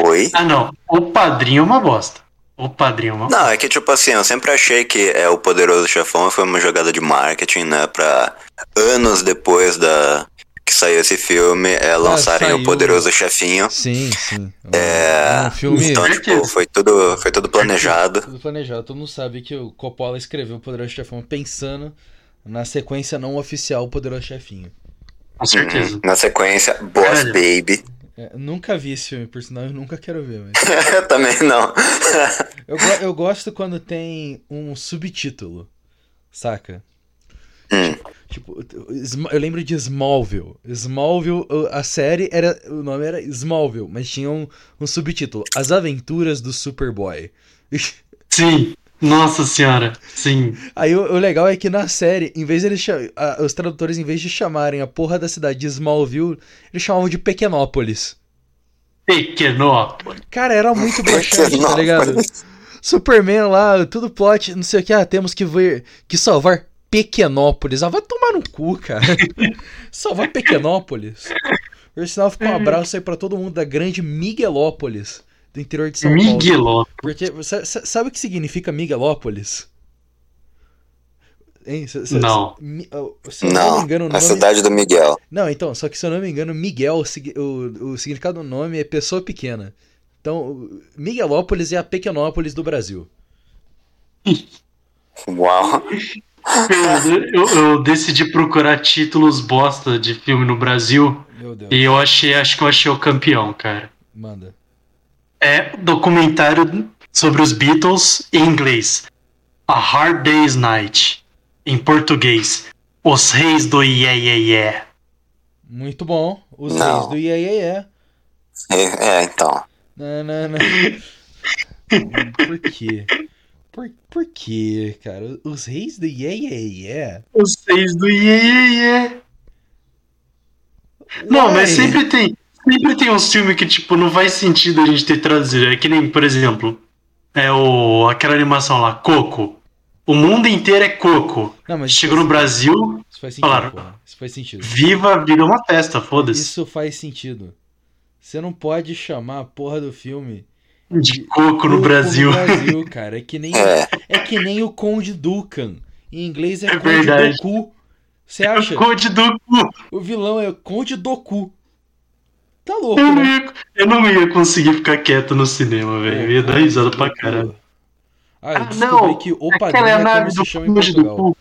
S2: Oi?
S3: Ah não, o padrinho é uma bosta. O padrinho é uma
S2: Não, é que tipo assim, eu sempre achei que é, o Poderoso Chefão foi uma jogada de marketing, né? Pra anos depois da que saiu esse filme, é, lançarem
S1: saiu.
S2: o Poderoso Chefinho.
S1: Sim, sim. É... um filme
S2: Então,
S3: Certeza.
S2: tipo, foi tudo, foi tudo planejado.
S1: tudo planejado. Todo mundo sabe que o Coppola escreveu o Poderoso Chefão pensando na sequência não oficial O Poderoso Chefinho.
S3: com certeza.
S2: Na sequência, Boss
S3: Caralho.
S2: Baby. [LAUGHS]
S1: É, nunca vi esse filme, por sinal, eu nunca quero ver, mas...
S2: Também não.
S1: Eu, go- eu gosto quando tem um subtítulo, saca?
S2: Hum.
S1: Tipo, Sm- eu lembro de Smallville. Smallville, o- a série era. O nome era Smallville, mas tinha um, um subtítulo: As Aventuras do Superboy. [LAUGHS]
S3: Sim, nossa senhora, sim.
S1: Aí o, o legal é que na série, em vez de eles cha- a- os tradutores, em vez de chamarem a porra da cidade de Smallville, eles chamavam de Pequenópolis.
S3: Pequenópolis.
S1: Cara, era muito broxante, tá
S2: Nossa.
S1: ligado? Superman lá, tudo plot, não sei o que, ah, temos que ver, que salvar Pequenópolis. Ah, vai tomar no cu, cara. [LAUGHS] salvar Pequenópolis. Por sinal, fica um abraço aí pra todo mundo da grande Miguelópolis, do interior de São Paulo.
S3: Migueló.
S1: Porque, sa- sa- sabe o que significa Miguelópolis? Hein? Se, se-
S3: Não.
S1: se- mi- oh, se eu não, me
S2: Não,
S1: engano, o
S2: a
S1: nome...
S2: cidade do Miguel.
S1: Não, então, só que se eu não me engano, Miguel, o sig- o, o significado do nome é pessoa pequena. Então, o- Miguelópolis é a Pequenópolis do Brasil.
S2: Uau.
S3: Eu, eu decidi procurar títulos bosta de filme no Brasil
S1: Meu Deus,
S3: e eu achei, acho que eu achei o campeão, cara.
S1: manda.
S3: É documentário sobre os Beatles em inglês. A Hard Day's Night. Em português. Os Reis do Yeah Yeah Yeah.
S1: Muito bom. Os reis
S2: Não.
S1: do Iê Iê Iê.
S2: É, é, então.
S1: Não, não,
S3: [LAUGHS]
S1: não. Por quê? Por, por quê, cara? Os reis do Iê Iê Iê?
S3: Os Reis do Yeah Yeah Yeah. Não,
S1: Uai.
S3: mas sempre tem. Sempre tem uns filmes que, tipo, não faz sentido a gente ter traduzido. É que nem, por exemplo, é o, aquela animação lá, Coco. O mundo inteiro é Coco.
S1: Não, mas
S3: Chegou no Brasil,
S1: Isso faz sentido,
S3: Claro.
S1: porra. Isso faz sentido.
S3: viva a vida é uma festa, foda-se.
S1: Isso faz sentido. Você não pode chamar a porra do filme
S3: De Coco
S1: Coco
S3: no Brasil.
S1: Brasil, cara. É
S3: [LAUGHS]
S1: que nem,
S2: É. [LAUGHS]
S1: é que nem o Conde Dukan. Em inglês é,
S3: É
S1: Conde
S3: verdade. É
S1: Doku. Você acha?
S3: [LAUGHS] Conde do cu.
S1: O vilão é Conde Doku. Tá louco,
S3: Eu não,
S1: né?
S3: ia, eu não ia conseguir ficar quieto no cinema, velho. Eu ia dar risada pra caralho.
S1: Ah, eu
S3: Ah,
S1: descobri
S3: não.
S1: que o padrinho
S3: Aquela é a
S1: é como
S3: nave
S1: se
S3: do
S1: chama em
S3: Conde do
S1: Portugal.
S3: cu.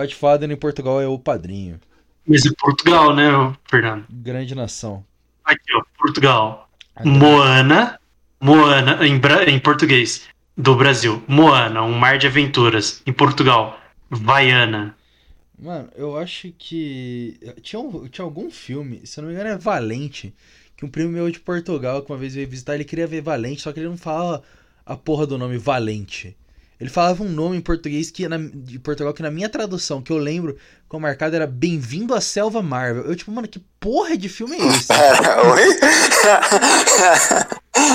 S1: Godfather em Portugal é o padrinho.
S3: Mas é Portugal, né, Fernando?
S1: Grande nação.
S3: Aqui, ó, Portugal.
S1: Até-
S3: Moana, Moana em, bra- em português do Brasil. Moana, um mar de aventuras em Portugal. Vaiana.
S1: Mano, eu acho que. Tinha, um- tinha algum filme, se eu não me engano, é Valente. Que um primo meu de Portugal, que uma vez veio visitar, ele queria ver Valente, só que ele não falava a porra do nome Valente. Ele falava um nome em português que na- de Portugal que na minha tradução, que eu lembro, como marcado era Bem-vindo à Selva Marvel. Eu, tipo, mano, que porra de filme é
S2: [LAUGHS]
S1: esse?
S2: Cara, oi?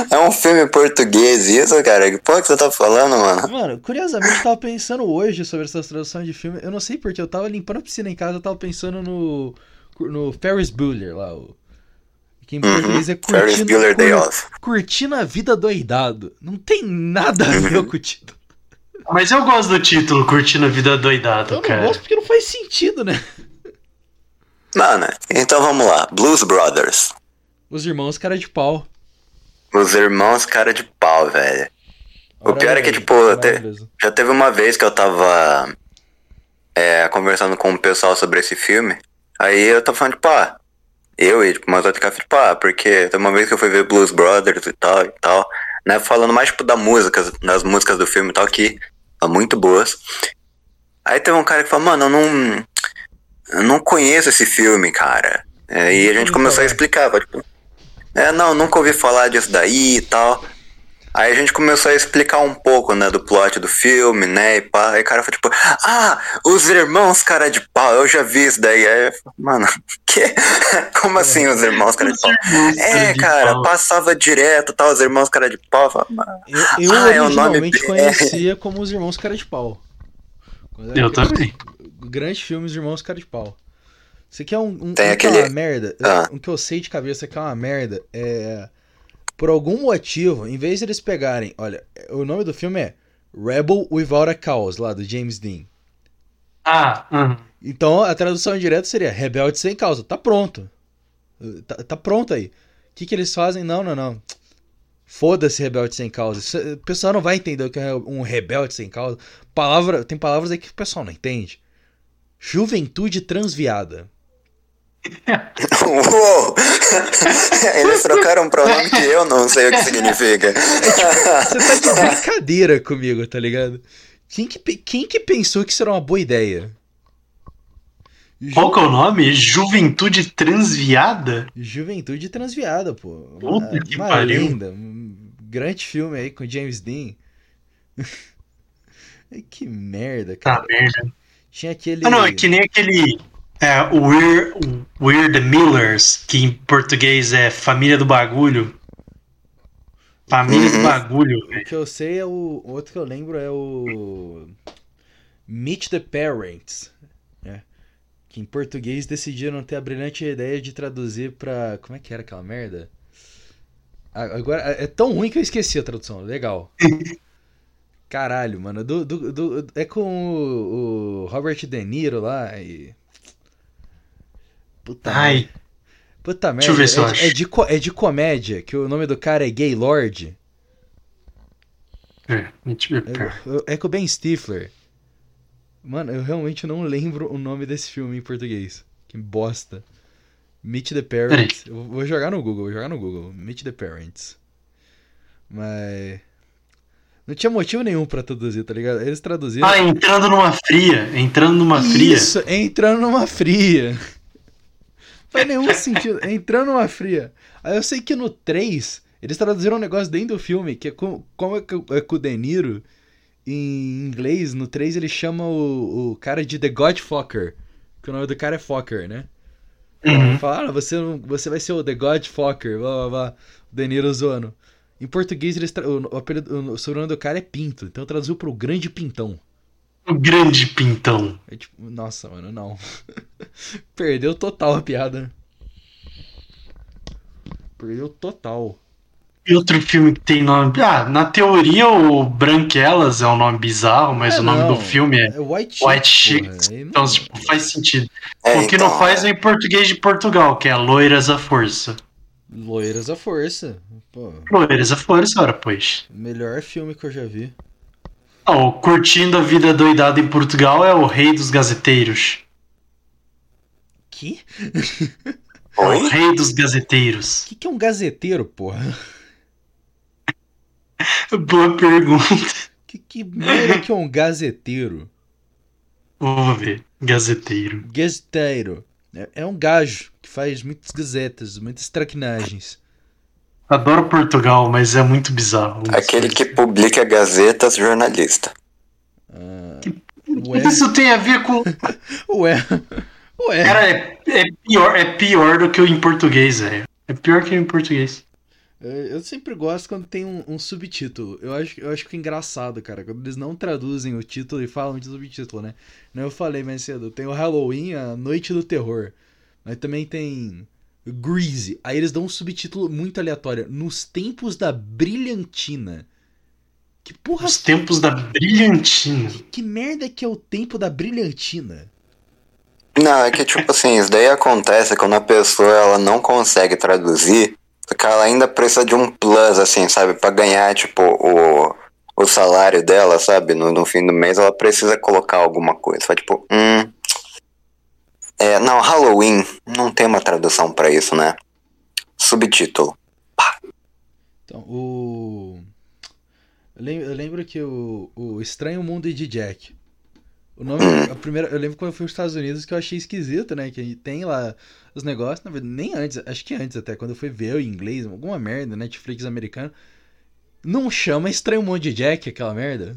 S2: É um filme português isso, cara? Que porra que você tá falando, mano?
S1: Mano, curiosamente, eu tava pensando hoje sobre essas traduções de filme. Eu não sei porque, eu tava limpando a piscina em casa, eu tava pensando no. no Ferris Bueller lá, o. Que em português é
S2: Uhum. Ferris
S1: curtindo-
S2: Bueller Day
S1: cur-
S2: Off.
S1: Curtindo a vida doidado. Não tem nada a
S2: Uhum.
S1: ver com o título.
S3: Mas eu gosto do título, Curtindo a Vida
S1: Eu
S3: Doidado,
S1: não
S3: cara.
S1: gosto porque não faz sentido, né?
S2: Mano, então vamos lá. Blues Brothers.
S1: Os irmãos cara de pau.
S2: Os irmãos cara de pau, velho. O pior é que, tipo, até-
S1: Maravilhoso.
S2: Já teve uma vez que eu tava é, conversando com o pessoal sobre esse filme. Aí eu tava falando, tipo, ah, eu e tipo, umas outras caras, tipo, ah, porque tem uma vez que eu fui ver Blues Brothers e tal e tal, né? Falando mais tipo da música, das músicas do filme e tal, que muito boas. Aí teve um cara que falou, mano, eu não, eu não conheço esse filme, cara. É, e a gente começou a explicar, tipo, é, não, nunca ouvi falar disso daí e tal. Aí a gente começou a explicar um pouco, né, do plot do filme, né, e pá. Aí o cara foi tipo, ah, os irmãos cara de pau, eu já vi isso daí. Aí eu falei, mano, [LAUGHS] que? Como assim os irmãos cara de pau? É, cara, passava direto, tal, os irmãos cara de pau. Eu, falei, [LAUGHS] mano,
S1: Eu, eu
S2: ah, é o nome
S1: originalmente
S2: dele.
S1: conhecia como Os Irmãos Cara de Pau. Quando era
S3: Eu
S1: criança,
S3: também.
S1: Grande filme, Os Irmãos Cara de Pau. Você quer um, um, um
S2: Tem
S1: que é
S2: aquele-
S1: uma merda?
S2: Ah.
S1: Um que eu sei de cabeça que é uma merda é... Por algum motivo, em vez de eles pegarem... Olha, o nome do filme é Rebel Without a Cause, lá do James Dean.
S3: Ah, hum.
S1: Então a tradução direta seria rebelde sem causa. Tá pronto. Tá, tá pronto aí. O que, que eles fazem? Não, não, não. Foda-se rebelde sem causa. Isso- eh, O pessoal não vai entender o que é um rebelde sem causa. Palavra, tem palavras aí que o pessoal não entende. Juventude transviada.
S2: Uou! [LAUGHS] Eles trocaram um pronome que eu não sei o que significa.
S1: Você tá de brincadeira comigo, tá ligado? Quem que, pe- quem que pensou que isso era uma boa ideia? Ju-
S3: Qual que é o nome? Juventude Transviada?
S1: Juventude transviada, pô.
S3: Puta
S1: Uma-
S3: que
S1: uma
S3: pariu.
S1: linda, um grande filme aí com James Dean. [LAUGHS] Ai, que merda,
S3: Tá
S1: cara.
S3: merda.
S1: Tinha aquele.
S3: Ah, não, é que nem aquele. É, We're, We're the Millers, que em português é Família do Bagulho. Família do
S2: Uhum.
S3: Bagulho, velho.
S1: O que eu sei é o. o outro que eu lembro é o. Meet the Parents. né? Que em português decidiram ter a brilhante ideia de traduzir pra. Como é que era aquela merda? A- Agora, é tão ruim que eu esqueci a tradução.
S3: [LAUGHS]
S1: Legal. Caralho, mano. do- do- do- é com o, o Robert De Niro lá e. Puta merda.
S3: Ai,
S1: Puta merda.
S3: Deixa eu ver se eu
S1: é,
S3: acho.
S1: é de, co- é de comédia, que o nome do cara é Gaylord.
S3: é, mentira, pera.
S1: Eu- eu- É com o Ben Stifler. Mano, eu realmente não lembro o nome desse filme em português. Que bosta. Meet the Parents. Eu vou jogar no Google, vou jogar no Google. Meet the Parents. Mas. Não tinha motivo nenhum pra traduzir, tá ligado? Eles traduziram.
S3: Ah, entrando numa fria. Entrando numa fria.
S1: Isso, entrando numa fria. Faz
S3: [LAUGHS]
S1: nenhum sentido. Entrando numa fria. Aí eu sei que no 3, eles traduziram um negócio dentro do filme, que é com- como é que é com o De Niro, em inglês, no 3 ele chama o, o cara de The Godfucker. Que o nome do cara é Fokker, né?
S3: Uhum.
S1: Falaram, ah, você, não- você vai ser o The Godfucker, blá blá blá. O De Niro zoando. Em português, eles tra- o, o apelido- o sobrenome do cara é Pinto, então traduziu pro Grande Pintão.
S3: O grande pintão.
S1: É tipo, nossa, mano, não. [LAUGHS] Perdeu total a piada. Perdeu total.
S3: E outro filme que tem nome. Ah, na teoria o Branquelas é um nome bizarro, mas
S1: É,
S3: o nome
S1: não.
S3: do filme é
S1: White Chicks.
S3: White Chicks.
S1: porra, aí não-
S3: Então, tipo, faz sentido.
S2: [LAUGHS] É,
S3: o que
S2: então,
S3: não faz é em português de Portugal, que é Loiras à Força.
S1: Loiras à Força. Pô,
S3: Loiras à Força, ora, pois.
S1: melhor filme que eu já vi.
S3: Ah, o Curtindo a Vida Doidada em Portugal é o Rei dos Gazeteiros.
S1: Que?
S3: É o
S2: Oi?
S3: Rei dos Gazeteiros.
S1: Que que é um gazeteiro, porra? [LAUGHS]
S3: Boa pergunta. [LAUGHS]
S1: Que, que merda que é um gazeteiro?
S3: Vou ver. Gazeteiro.
S1: Gazeteiro. É- É um gajo que faz muitas gazetas, muitas traquinagens.
S3: Adoro Portugal, mas é muito bizarro.
S2: Aquele que publica gazetas jornalista.
S1: Ah,
S3: O
S1: ué,
S3: que isso tem a ver com.
S1: ué, [LAUGHS] ué.
S3: Cara, é, é pior, é pior do que o em português, velho. É pior que o em português.
S1: Eu eu sempre gosto quando tem um, um subtítulo. Eu acho, eu acho que é engraçado, cara, quando eles não traduzem o título e falam de subtítulo, né? Não, Eu falei mais cedo, tem o Halloween, a Noite do Terror. Mas também tem Greasy. Aí eles dão um subtítulo muito aleatório. Nos tempos da brilhantina. Que porra,
S3: Os tempos da brilhantina.
S1: que merda que é o tempo da brilhantina?
S2: Não, é que tipo assim, isso daí acontece quando a pessoa ela não consegue traduzir, porque ela ainda precisa de um plus, assim, sabe, pra ganhar, tipo, o, o salário dela, sabe? No, no fim do mês ela precisa colocar alguma coisa. Fala, tipo, hum. É, não, Halloween não tem uma tradução pra isso, né? Subtítulo.
S1: Então, o. lem- eu lembro que o, o Estranho Mundo de Jack. O nome. A primeira, eu lembro quando eu fui aos Estados Unidos que eu achei esquisito, né? Que tem lá os negócios. Na verdade, nem antes, acho que antes até, quando eu fui ver o inglês, alguma merda, Netflix americano. Não chama Estranho Mundo de Jack aquela merda.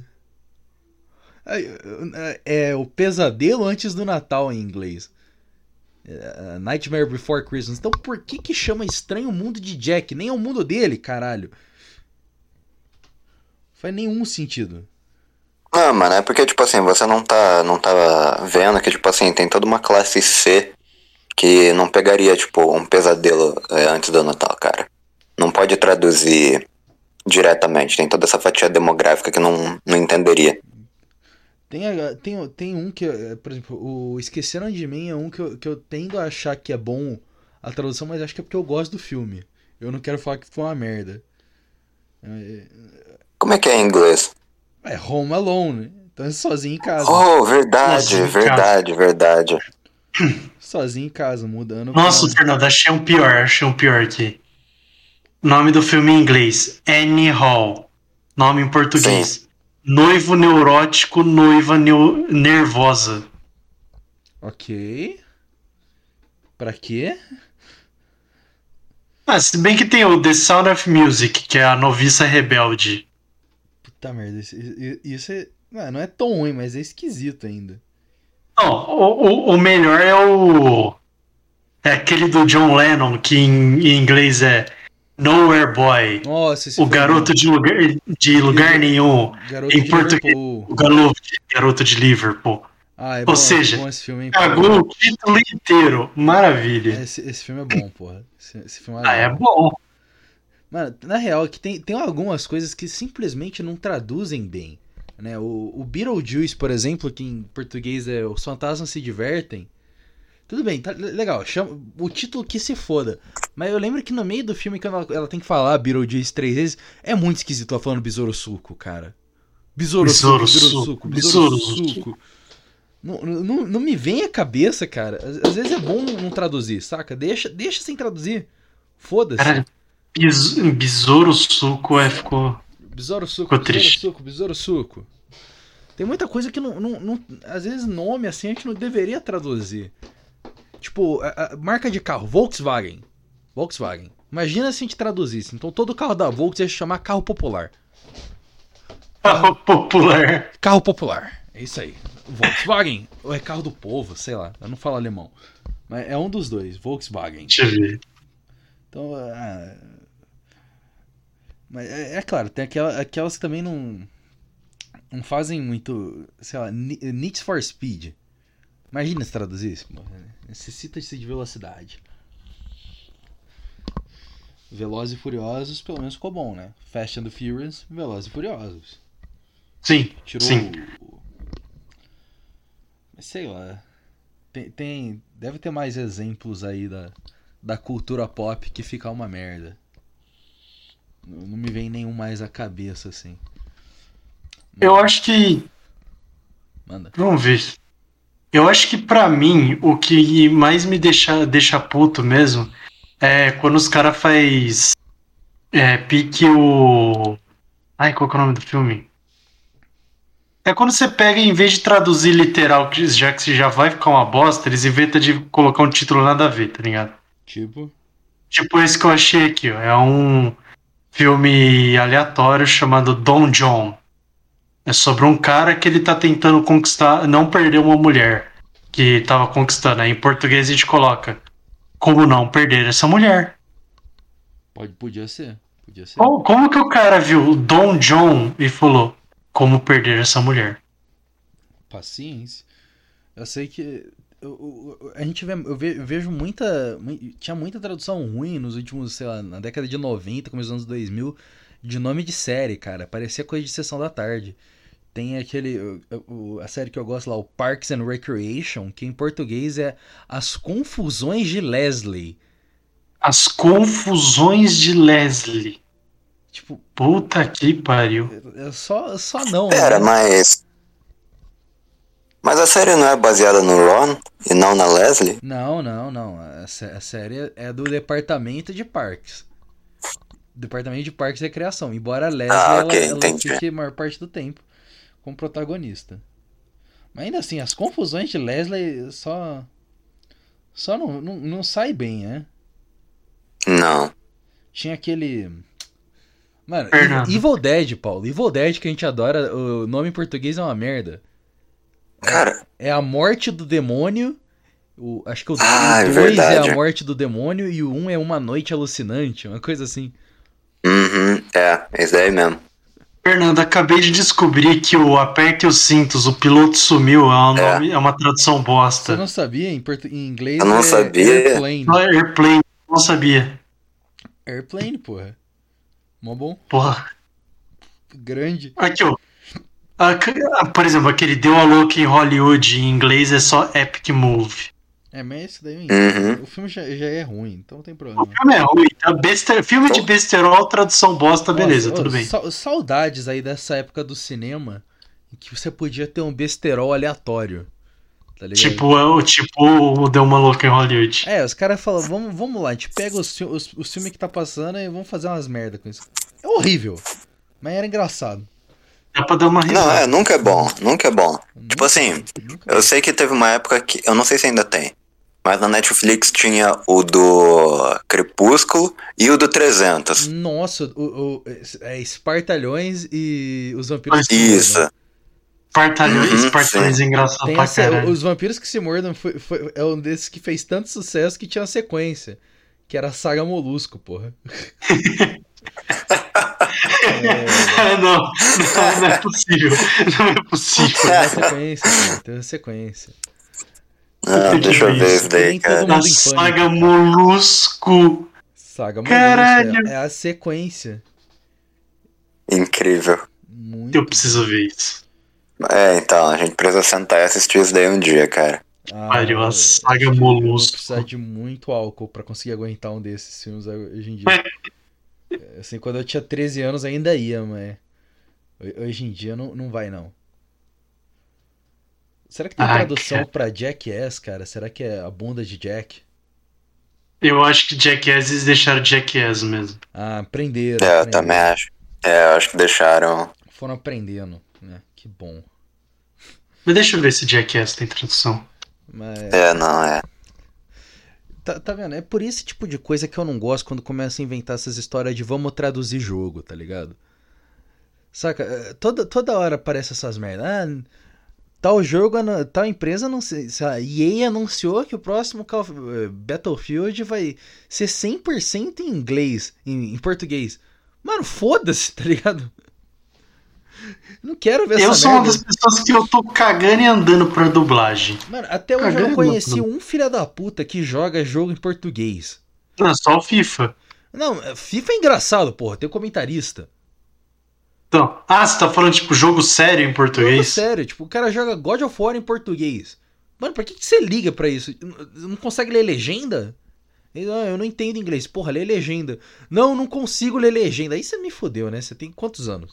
S1: É, é o pesadelo antes do Natal em inglês. É, Nightmare Before Christmas. Então por que que chama Estranho Mundo de Jack? Nem é o mundo dele, caralho. Faz nenhum sentido.
S2: Não, mano, é porque, tipo assim, você não tá, não tá vendo que, tipo assim, tem toda uma classe C que não pegaria, tipo, um pesadelo é, antes do Natal, cara. Não pode traduzir diretamente. Tem toda essa fatia demográfica que não, não entenderia.
S1: Tem, a- tem, tem um que, eh, por exemplo, o Esqueceram de Mim é um que eu, que eu tendo a achar que é bom a tradução, mas acho que é porque eu gosto do filme. Eu não quero falar que foi uma merda.
S2: Como é que é em inglês?
S1: É Home Alone, né? então é sozinho em casa.
S2: Oh, verdade,
S3: Nossa,
S2: verdade, verdade.
S1: Sozinho em casa, mudando.
S3: Nossa,
S1: pra-
S3: Fernando, achei um pior, achei um pior aqui. Nome do filme em inglês: Annie Hall. Nome em português: Noivo Neurótico, Noiva neu- Nervosa.
S1: Ok. Pra quê?
S3: Ah, se bem que tem o The Sound of Music, que é a noviça rebelde.
S1: Puta merda, isso, i- i- isso é. ah, não é tão ruim, mas é esquisito ainda.
S3: Não, o, o- o melhor é o. É aquele do John Lennon, que em, em inglês é Nowhere Boy.
S1: Nossa, esse
S3: O
S1: foi-
S3: garoto de lugar, de lugar nenhum.
S1: Garoto
S3: em
S1: de
S3: português.
S1: Liverpool.
S3: O garoto de, garoto de Liverpool.
S1: Ah, é
S3: Ou
S1: bom,
S3: seja,
S1: é bom esse filme, hein?
S3: Cagou o título inteiro. Maravilha.
S1: Esse, esse filme é bom, porra. Esse, esse filme
S3: Ah, é
S1: bom.
S3: bom.
S1: Mano, na real, é que tem, tem algumas coisas que simplesmente não traduzem bem. Né? O, o Beetlejuice, por exemplo, que em português é Os Fantasmas Se Divertem. Tudo bem, tá le- legal. Chama, o título que se foda. Mas eu lembro que no meio do filme, quando ela, ela tem que falar Beetlejuice três vezes, é muito esquisito ela falando Besouro Suco, cara. Besouro Suco,
S3: Besouro
S1: Besouro
S3: Suco,
S1: Suco, Besouro
S3: Besouro
S1: Suco. Não, não, não me vem a cabeça, cara. Às, às vezes é bom não traduzir, saca? Deixa, deixa sem traduzir. Foda-se.
S3: Caralho, bis- besouro suco é ficou.
S1: Besouro suco,
S3: Ficou
S1: besouro
S3: triste.
S1: suco, besouro suco. Tem muita coisa que não, não, não- Às vezes nome assim a gente não deveria traduzir. Tipo, a- a marca de carro, Volkswagen. Volkswagen. Imagina se a gente traduzisse. Então todo carro da Volkswagen ia se chamar carro popular.
S3: Carro popular.
S1: Carro popular. É isso aí. Volkswagen. Ou é carro do povo, sei lá. Eu não falo alemão. Mas é um dos dois, Volkswagen.
S3: Deixa eu ver.
S1: Então, ah, mas é, é claro, tem aquela- aquelas que também não não fazem muito, sei lá, Ni- Need for Speed. Imagina se traduzir isso, pô. necessita-se de velocidade. Velozes e Furiosos, pelo menos ficou bom, né? Fast and Furious, Velozes e Furiosos.
S3: Sim,
S1: Tirou
S3: sim.
S1: o- o- Mas sei lá. Tem, tem- Deve ter mais exemplos aí da, da cultura pop que fica uma merda. Não não me vem nenhum mais à cabeça, assim.
S3: Eu acho que.
S1: Manda.
S3: Vamos ver. Eu acho que pra mim, o que mais me deixa, deixa puto mesmo é quando os caras faz. É, pique o. Ai, qual que é o nome do filme? É quando você pega, em vez de traduzir literal, que já que já vai ficar uma bosta, eles inventam de colocar um título nada a ver, tá ligado?
S1: Tipo.
S3: Tipo esse que eu achei aqui, ó. É um filme aleatório chamado Don John. É sobre um cara que ele tá tentando conquistar, não perder uma mulher que tava conquistando. Aí em português a gente coloca como não perder essa mulher.
S1: Pode, podia ser. Podia ser.
S3: Como, como que o cara viu o Don John e falou como perder essa mulher?
S1: paciência. Eu sei que eu- eu- eu- a gente vê, eu ve- eu vejo muita, mui- tinha muita tradução ruim nos últimos, sei lá, na década de 90, começo dos anos 2000, de nome de série, cara. Parecia coisa de sessão da tarde. Tem aquele, o- o- a série que eu gosto lá, o Parks and Recreation, que em português é As Confusões de Leslie.
S3: As confusões de Leslie.
S1: Tipo,
S3: Puta que pariu.
S1: é só, só não.
S2: Pera,
S1: né?
S2: mas. Mas a série não é baseada no Ron e não na Leslie?
S1: Não, não, não. A, sé- a série é do departamento de parques. Departamento de Parques e Recreação. Embora a Leslie
S2: Ah,
S1: ela-
S2: ok,
S1: ela,
S2: entendi.
S1: fique a maior parte do tempo como protagonista. Mas ainda assim, as confusões de Leslie só. Só não, não, não sai bem, né?
S2: Não.
S1: Tinha aquele. Mano,
S3: Fernando.
S1: Evil Dead, Paulo. Evil Dead que a gente adora, o nome em português é uma merda.
S2: Cara,
S1: É a morte do demônio. O, acho que o 2
S2: Ah, é
S1: é
S2: verdade.
S1: a morte do demônio e o 1 um é uma noite alucinante, uma coisa assim.
S2: uhum, é, é isso aí mesmo.
S3: Fernando, acabei de descobrir que o Aperte os Cintos, o piloto sumiu, é, um
S2: É.
S3: nome- é uma tradução
S1: Você
S3: bosta.
S1: não sabia? Em, portu- em inglês
S2: Eu não
S1: é
S2: sabia.
S1: Airplane.
S3: Não é Airplane, não sabia.
S1: Airplane, porra. Mó bom.
S3: Porra.
S1: Grande.
S3: Aqui, ó. A c- a- por exemplo, aquele Deu a Louca em Hollywood em inglês é só Epic Move.
S1: É, mas isso daí...
S2: Uhum.
S1: O filme já, já é ruim, então não tem
S3: O
S1: problema.
S3: filme é ruim, tá? Beste- filme de besterol, tradução bosta, Ah, beleza,
S1: Nossa,
S3: tudo
S1: ô,
S3: bem.
S1: sa- saudades aí dessa época do cinema em que você podia ter um besterol aleatório. Tá ligado?
S3: Tipo, é o tipo o Deu uma Louca em Hollywood.
S1: É, os caras falam, vamos, vamos lá, a gente pega os, fi- os, os filmes que tá passando e vamos fazer umas merda com isso. É horrível. Mas era engraçado.
S3: Dá pra dar uma
S2: Não, é,
S3: risada.
S2: nunca é bom, nunca é bom.
S3: Uhum.
S1: Nunca-
S2: assim,
S1: nunca-
S2: Eu sei que teve uma época que. Eu não sei se ainda tem. Mas na Netflix tinha o do Crepúsculo e o do 300.
S1: Nossa, o, o- é espartalhões e os vampiros que se
S2: Isso.
S3: né?
S1: mordam.
S3: Espartalhões,
S2: Uhum,
S3: espartalhões é engraçado
S1: Tem
S3: Ah, pra
S1: essa-
S3: caralho.
S1: os vampiros que se mordam foi, foi- é um desses que fez tanto sucesso que tinha uma sequência. Que era a saga Molusco,
S2: [LAUGHS]
S1: porra. é,
S3: É, [LAUGHS] não, não, não é possível. Não é possível.
S1: teve uma sequência, cara, teve uma sequência.
S2: Ah,
S3: que
S2: deixa eu ver
S3: isso,
S2: isso daí,
S1: nem todo
S2: cara.
S1: mundo
S3: Na
S1: em
S3: saga Molusco.
S1: Saga Molusco.
S3: Caralho.
S1: É, é a sequência.
S2: Incrível.
S1: Muito.
S3: Eu preciso ver isso.
S2: É, então, a gente precisa sentar e assistir isso daí um dia, cara.
S1: Ah,
S3: Pariu, a saga
S1: eu vou
S3: Molusco.
S1: precisar de muito álcool pra conseguir aguentar um desses filmes hoje em dia. É, Assim, quando eu tinha 13 anos ainda ia, mas ho- hoje em dia não, não vai não. Será que tem
S3: Ai,
S1: tradução
S3: Ah, cara.
S1: pra Jackass, cara? Será que é a bunda de Jack?
S3: Eu acho que Jackass eles deixaram Jackass mesmo.
S1: Ah, aprenderam.
S2: É, eu
S1: aprenderam.
S2: também acho. É, eu acho que deixaram.
S1: Foram aprendendo, né? Que bom.
S3: Mas deixa eu ver se Jackass tem tradução.
S1: Mas
S2: É, não, é.
S1: Tá, tá vendo? É por esse tipo de coisa que eu não gosto quando começa a inventar essas histórias de vamos traduzir jogo, tá ligado? Saca? Eh, Toda, toda hora aparece essas merdas. Ah, tal jogo, anu- tal empresa anunciou. A EA anunciou que o próximo Call of- eh, Battlefield vai ser 100% em inglês, em, em português. Mano, foda-se, tá ligado? Não quero ver
S3: eu
S1: essa
S3: sou uma
S1: merda.
S3: das pessoas que eu tô cagando e andando pra dublagem.
S1: Mano, até hoje eu
S3: Cagando,
S1: não conheci
S3: mano.
S1: um filho da puta que joga jogo em português.
S3: Não, é só o FIFA.
S1: Não, é, FIFA é engraçado, porra. Tem comentarista.
S3: Então, ah, você tá falando tipo jogo sério em
S2: É
S1: Jogo
S3: português?
S1: sério, tipo, o cara joga God of War em português. Mano, pra que, que você liga pra isso? Não não consegue ler legenda? Ele, "Ah, eu não entendo inglês. Porra, lê legenda. Não, não consigo ler legenda. Aí você me fodeu, né? Você tem quantos anos?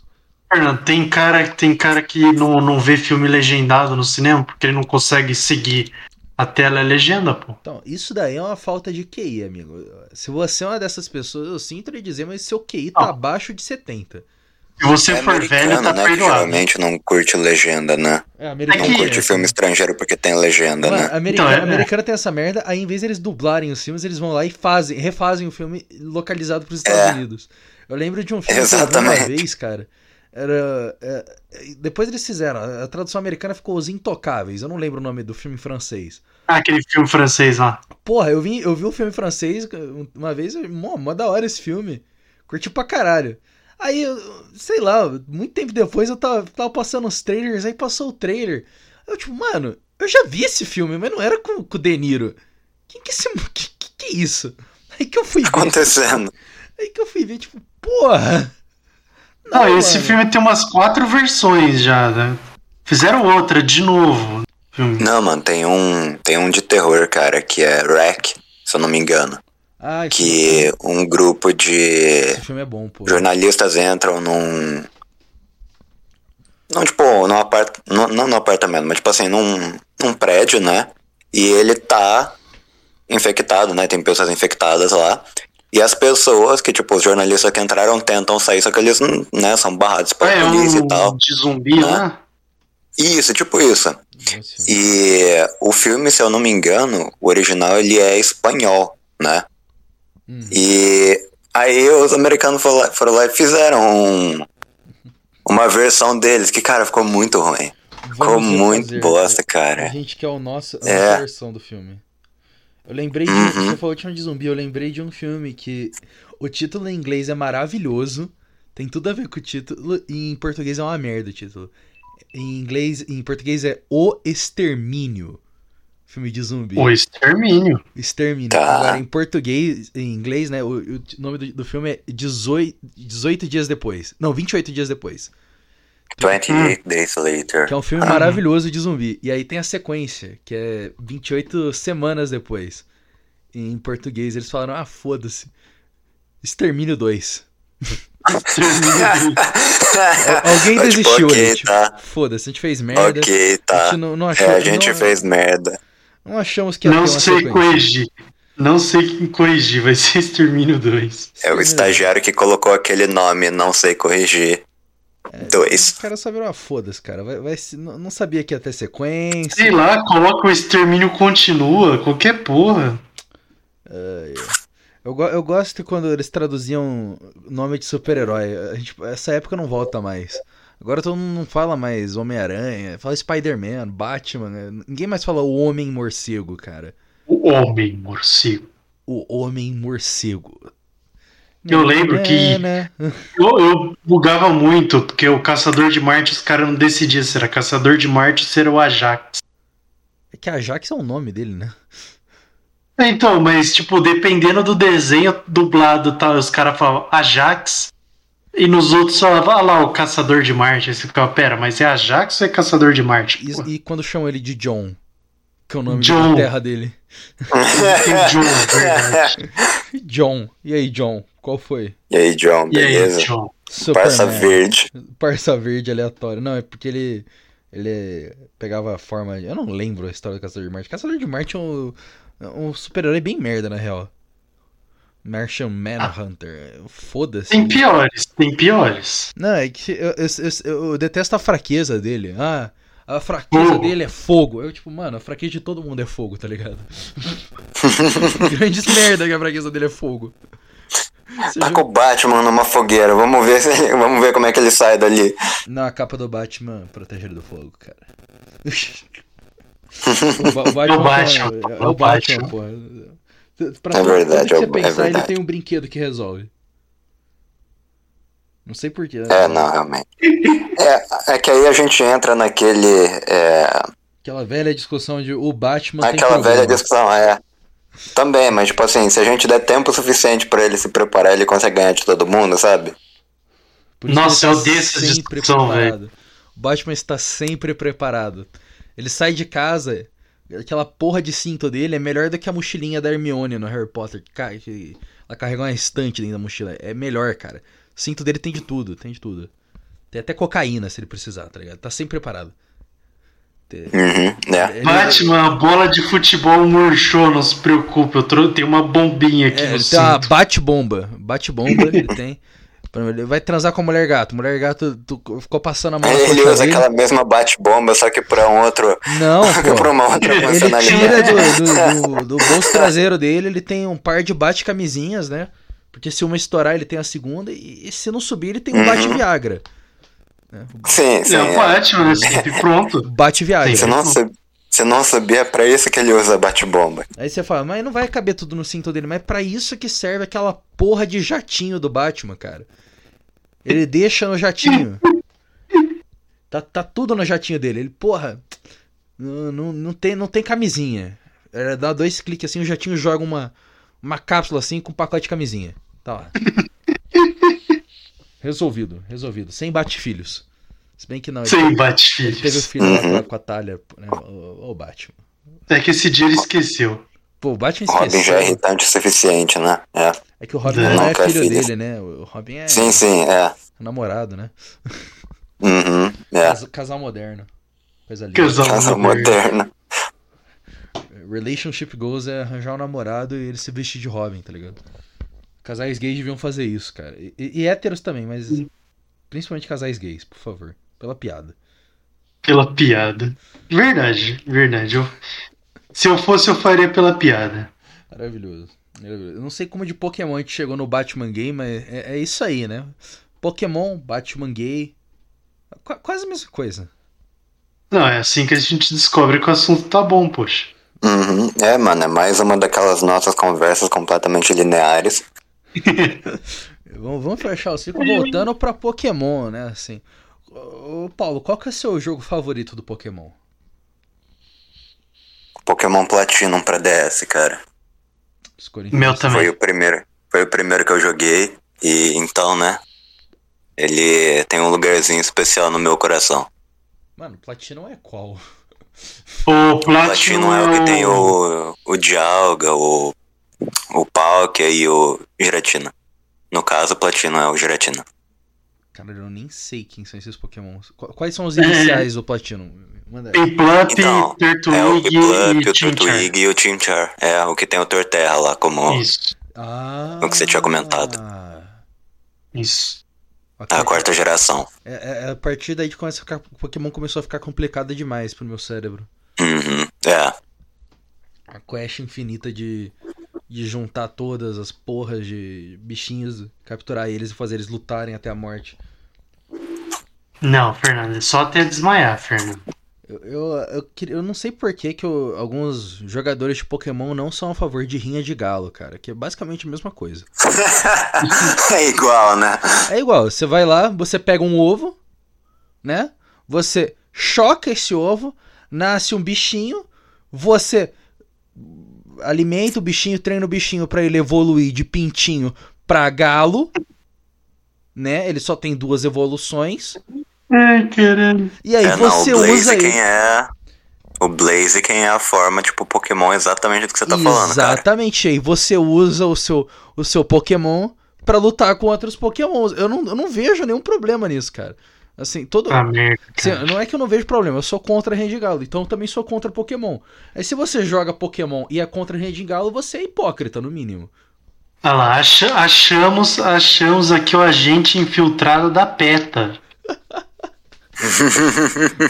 S3: Fernando, tem cara, tem cara que não, não vê filme legendado no cinema porque ele não consegue seguir a tela é legenda, pô.
S1: Então, isso daí é uma falta de QI, amigo. Se você é uma dessas pessoas, eu sinto lhe dizer, mas seu QI tá
S3: Não.
S1: abaixo de 70.
S3: Se você
S2: é
S3: for velho,
S2: né?
S3: tá
S2: Que
S3: perdoado.
S2: geralmente não curte legenda, né?
S1: É,
S3: É
S1: americano.
S2: Não
S3: que-
S2: curte filme estrangeiro porque tem legenda,
S1: Mano,
S2: né?
S1: americano,
S3: Então, é-
S1: americano tem essa merda, aí em vez deles dublarem os filmes, eles vão lá e fazem, refazem o filme localizado pros Estados
S2: É.
S1: Unidos. Eu lembro de um filme que eu vi uma
S2: Exatamente.
S1: vez, cara. Era. é, depois eles fizeram. A tradução americana ficou Os Intocáveis. Eu não lembro o nome do filme em francês.
S3: Ah, aquele filme francês lá.
S1: Porra, eu vi, eu vi um filme em francês uma vez, eu- mó, mó da hora esse filme. Curti pra caralho. Aí, eu- sei lá, muito tempo depois eu tava, tava passando os trailers, aí passou o trailer. Eu, tipo, mano, eu já vi esse filme, mas não era com, com o De Niro. Quem que é esse. mo- Que, que, que é isso? Aí que eu fui
S2: Tá
S1: ver.
S2: acontecendo.
S1: Aí que eu fui ver, tipo, porra!
S3: Não, esse
S1: mano.
S3: filme tem umas quatro versões já, né? Fizeram outra de novo. Filme.
S2: Não, mano, tem um, tem um de terror, cara, que é Wreck, se eu não me engano.
S1: Ah, esse, filme,
S2: Que um grupo de
S1: esse filme é bom, pô.
S2: jornalistas entram num. Não, tipo, num apart... não, não num apartamento, mas tipo assim, num, num prédio, né? E ele tá infectado, né? Tem pessoas infectadas lá. E as pessoas que, tipo, os jornalistas que entraram tentam sair, só que eles, né, são barrados pela
S3: É
S2: polícia
S1: tá
S2: e
S3: um
S2: tal.
S3: de zumbi
S2: Né?
S1: Ah.
S3: lá.
S2: Isso, tipo isso.
S1: Nossa.
S2: E o filme, se eu não me engano, o original ele é espanhol, né?
S1: Hum.
S2: E aí os americanos foram lá, foram lá e fizeram um- uma versão deles que, cara, ficou muito ruim. Ficou
S1: Vamos um Hum.
S2: muito
S1: refazer.
S2: bosta,
S1: A
S2: cara.
S1: gente quer o nosso, a nossa
S2: É.
S1: versão do filme. Eu lembrei de. um,
S2: Uhum.
S1: Você falou de filme de zumbi, eu lembrei de um filme que o título em inglês é maravilhoso. Tem tudo a ver com o título. E em português é uma merda o título. Em inglês, em português é O Extermínio. Filme de zumbi. [LAUGHS]
S3: O extermínio.
S1: Extermínio.
S2: Tá.
S1: Agora, em português, em inglês, né? O, o t- nome do, do filme é 18, 18 Dias Depois. Não, 28 Dias Depois.
S2: 28 Days
S1: [LAUGHS]
S2: Later.
S1: Que é um filme
S3: Ah.
S1: maravilhoso de zumbi. E aí tem a sequência, que é 28 semanas depois. Em português, eles falaram, ah, foda-se. Extermínio 2.
S3: Extermínio.
S1: é Al- Alguém
S2: [LAUGHS] Mas, tipo,
S1: desistiu
S2: ok,
S1: ali. Tipo,
S2: tá.
S1: Foda-se, a gente fez merda.
S2: Ok,
S1: A
S2: tá.
S1: gente não, não
S2: É,
S1: achou.
S2: a gente
S1: não, né?
S2: fez É merda.
S1: não achamos que ia ter
S3: Não
S1: uma
S3: sei
S1: sequência.
S3: corrigir. Não sei quem corrigir, vai ser Extermínio 2.
S2: É o
S1: Extermínio
S2: estagiário que colocou aquele nome, não sei corrigir.
S1: É.
S2: Dois.
S1: Os caras só viram, ah, foda-se, cara. Vai, vai se- não, não sabia que ia ter sequência.
S3: Sei lá, coloca o Extermínio Continua, qualquer porra.
S1: Eu, go- eu gosto quando eles traduziam nome de super-herói. A gente- Essa época não volta mais. Agora todo mundo não fala mais Homem-Aranha, fala Spider-Man, Batman. né? Ninguém mais fala o Homem-Morcego, cara.
S3: O Homem Morcego.
S1: O Homem-Morcego.
S3: Eu lembro
S1: É,
S3: que-
S1: né?
S3: Eu, eu bugava muito, porque o Caçador de Marte, os caras não decidiam se era Caçador de Marte ou se era o Ajax.
S1: É que Ajax é o nome dele, né?
S3: É, Então, mas, tipo, dependendo do desenho dublado, tá, os caras falavam Ajax, e nos outros falavam, ah lá, o Caçador de Marte. Aí você ficava, pera, mas é Ajax ou é Caçador de Marte?
S1: E,
S3: Pô,
S1: e quando chamam ele de John, que é o nome
S3: John.
S1: da terra dele. [LAUGHS]
S3: tem John, é verdade.
S1: John. E aí, John? Qual foi?
S2: [LAUGHS] E aí, John,
S3: E aí,
S2: beleza?
S3: John?
S2: Parça
S1: Superman.
S2: verde.
S1: [LAUGHS] Parça verde aleatório. Não, é porque ele. Ele pegava a forma. Eu não lembro a história do Caçador de Marte. Caçador de Marte é um, um super-herói bem merda, na real. Martian Manhunter. Foda-se.
S3: Tem piores, tem piores.
S1: Não, é que eu, eu, eu- eu detesto a fraqueza dele. Ah, a fraqueza
S3: Fogo.
S1: dele é fogo. Eu, tipo, mano, a fraqueza de todo mundo é fogo, tá ligado? [LAUGHS] Grandes merda que a fraqueza dele é fogo. Você
S2: Tá
S1: já-
S2: com o Batman numa fogueira. Vamos ver, se- [LAUGHS] vamos ver como é que ele sai dali.
S1: Na capa do Batman, proteger do fogo, cara. [LAUGHS] o Ba- o Batman,
S3: Batman,
S1: porra, é
S3: é
S1: o
S3: o
S1: Batman,
S3: Batman.
S1: porra. Pra
S2: É
S1: tudo-
S2: verdade,
S1: tudo que
S2: é o-
S1: você
S2: é
S1: pensar, ele
S2: verdade.
S1: tem um brinquedo que resolve. Não sei porquê. né?
S2: É, não, realmente. É, é que aí a gente entra naquele. é,
S1: Aquela velha discussão de o Batman tem
S2: aquela
S1: problema.
S2: velha discussão, é. Também, mas tipo assim, se a gente der tempo suficiente pra ele se preparar, ele consegue ganhar de todo mundo, sabe?
S1: Por isso que
S3: Nossa,
S1: ele tá
S3: eu odeio essa
S1: sempre
S3: discussão,
S1: preparado. O Batman está sempre preparado. Ele sai de casa, aquela porra de cinto dele é melhor do que a mochilinha da Hermione no Harry Potter. que ca- que Ela carrega uma estante dentro da mochila. É melhor, cara. O cinto dele tem de tudo, tem de tudo. Tem até cocaína se ele precisar, tá ligado? Tá sempre preparado.
S2: Uhum, né?
S1: Ele- é,
S3: Batman, a bola de futebol murchou, não se preocupe, eu tro- tenho uma bombinha aqui
S1: É,
S3: no
S1: ele tem uma
S3: cinto.
S1: bate-bomba. Bate-bomba ele tem. Ele vai transar com a mulher gato. Mulher gato tu- ficou passando a mão na
S2: É, Ele
S1: coxa
S2: usa
S1: dele.
S2: aquela mesma bate-bomba, só que pra um outro.
S1: Não,
S2: [LAUGHS]
S1: pô.
S2: pra uma outra
S3: Ele
S1: Ele
S2: funcionalidade.
S1: tira do, do- do- do bolso traseiro dele, ele tem um par de bate-camisinhas, né? Porque se uma estourar, ele tem a segunda, e, e se não subir, ele tem um
S2: Uhum.
S1: bate-viagra.
S2: Sim, sim.
S3: É o
S2: é.
S3: Batman, é sempre
S1: [LAUGHS]
S3: pronto.
S2: Se
S1: Bate-viagra.
S2: não, sub- se não subir, é pra isso que ele usa bate-bomba.
S1: Aí você fala, mas não vai caber tudo no cinto dele, mas é pra isso que serve aquela porra de jatinho do Batman, cara. Ele [LAUGHS] deixa no jatinho. Tá, tá tudo no jatinho dele. Ele, porra, não, não, não tem, não tem camisinha. Ele dá dois cliques assim, o jatinho joga uma, uma cápsula assim com um pacote de camisinha. Tá lá. Resolvido, resolvido. Sem bate-filhos. Se bem que não. ele
S3: Sem
S1: teve-
S3: bate
S1: Ele teve o
S3: filhos.
S1: filho lá com a-
S2: Uhum.
S1: com a talha, né? Ô, ô, Batman.
S3: É que esse dia ele esqueceu.
S1: Pô, o Batman
S2: O Robin já é
S1: esqueceu.
S2: irritante o suficiente, né? É.
S1: É que o Robin
S3: Não,
S1: não é
S2: cara,
S1: filho
S2: filho.
S1: dele, né? O Robin é
S2: Sim, sim, é.
S1: namorado, né?
S2: Uhum, é.
S1: Cas- Casal moderno. Coisa linda.
S3: Casal
S2: Casa
S3: moderno.
S2: moderna.
S1: Relationship goals é arranjar um namorado e ele se vestir de Robin, tá ligado? Casais gays deviam fazer isso, cara. E, e héteros também, mas
S3: Sim.
S1: principalmente casais gays, por favor. Pela piada.
S3: Pela piada. Verdade, verdade. Eu- se eu fosse, eu faria pela piada.
S1: Maravilhoso. Maravilhoso. Eu não sei como de Pokémon a gente chegou no Batman gay, mas é, é isso aí, né? Pokémon, Batman gay. Qua- quase a mesma coisa.
S3: Não, é assim que a gente descobre que o assunto tá bom, poxa.
S2: Uhum. É, mano, é mais uma daquelas nossas conversas completamente lineares.
S1: Vamos, vamos fechar o ciclo voltando pra Pokémon, né? Assim. Ô, ô, Paulo, qual que é o seu jogo favorito do Pokémon?
S2: Pokémon Platinum pra DS, cara.
S1: Escolha em-
S3: Meu
S2: Foi
S3: também.
S2: o primeiro. Foi o primeiro que eu joguei. E então, né? Ele tem um lugarzinho especial no meu coração.
S1: Mano, Platinum é qual?
S3: O
S2: Platinum é o que tem o, o Dialga, o, o Palkia e o Giratina. No caso, Platinum é o Giratina.
S1: Cara, eu nem sei quem são esses Pokémons. Qu- Quais são os
S2: É.
S1: iniciais do Platinum? Manda aí.
S3: Piplup,
S2: Então, É o
S3: Turtwig
S2: Piplup,
S3: e
S2: o
S3: Chinchar.
S2: Turtwig e o Chimchar. É, o que tem o Torterra lá como
S3: Isso,
S1: Ah,
S2: o que você tinha comentado. Tá,
S3: isso.
S1: ok.
S2: a quarta geração.
S1: É, é- é a partir daí que começa a ficar, o Pokémon começou a ficar complicado demais pro meu cérebro.
S2: Uhum. É. [LAUGHS]
S1: A quest infinita de, de juntar todas as porras de bichinhos, capturar eles e fazer eles lutarem até a morte.
S3: Não, Fernando, é só até desmaiar, Fernando.
S1: Eu, eu, eu, queria- eu não sei por que, que eu- alguns jogadores de Pokémon não são a favor de rinha de galo, cara. Que é basicamente a mesma coisa.
S2: é igual, né?
S1: É igual, você vai lá, você pega um ovo, né? Você choca esse ovo, nasce um bichinho, você alimenta o bichinho, treina o bichinho pra ele evoluir de pintinho pra galo, né? Ele só tem duas evoluções.
S3: Ai, caralho.
S1: E aí
S2: é,
S1: você
S2: não, o Blaze
S1: usa ele.
S2: quem é. O Blaze quem é a forma, tipo, Pokémon exatamente do que você tá falando, cara.
S1: Exatamente, e aí você usa o seu o seu Pokémon pra lutar com outros Pokémons. Eu não, eu não vejo nenhum problema nisso, cara. Assim, todo
S3: Tá merda.
S1: Assim,
S3: cara.
S1: não é que eu não vejo problema, eu sou contra Rede Galo, então eu também sou contra Pokémon. Aí se você joga Pokémon e é contra Rede Galo, você é hipócrita, no mínimo.
S3: Olha lá, acha- achamos, achamos aqui o agente infiltrado da PETA.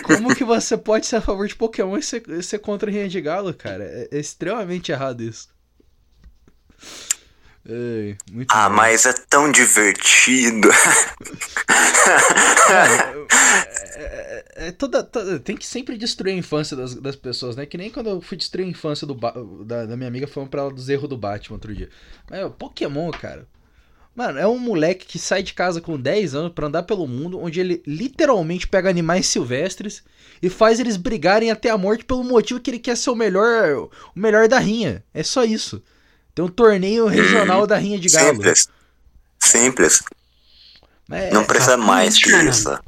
S1: Como que você pode ser a favor de Pokémon e ser, ser contra Rede Galo, cara? É, é extremamente errado isso. Ei, muito
S2: Ah,
S1: bom.
S2: mas é tão divertido.
S1: Cara, é- é- é toda- toda- tem que sempre destruir a infância das, das pessoas, né? Que nem quando eu fui destruir a infância do Ba- da, da minha amiga, falando pra ela dos erros do Batman outro dia. Mas, ó, Pokémon, cara. Mano, é um moleque que sai de casa com 10 anos pra andar pelo mundo, onde ele literalmente pega animais silvestres e faz eles brigarem até a morte pelo motivo que ele quer ser o melhor, o melhor da rinha. É só isso. Tem um torneio regional da rinha de galo.
S2: Simples. Simples.
S1: Mas é-
S2: Não precisa mais que
S3: Fernando.
S2: isso.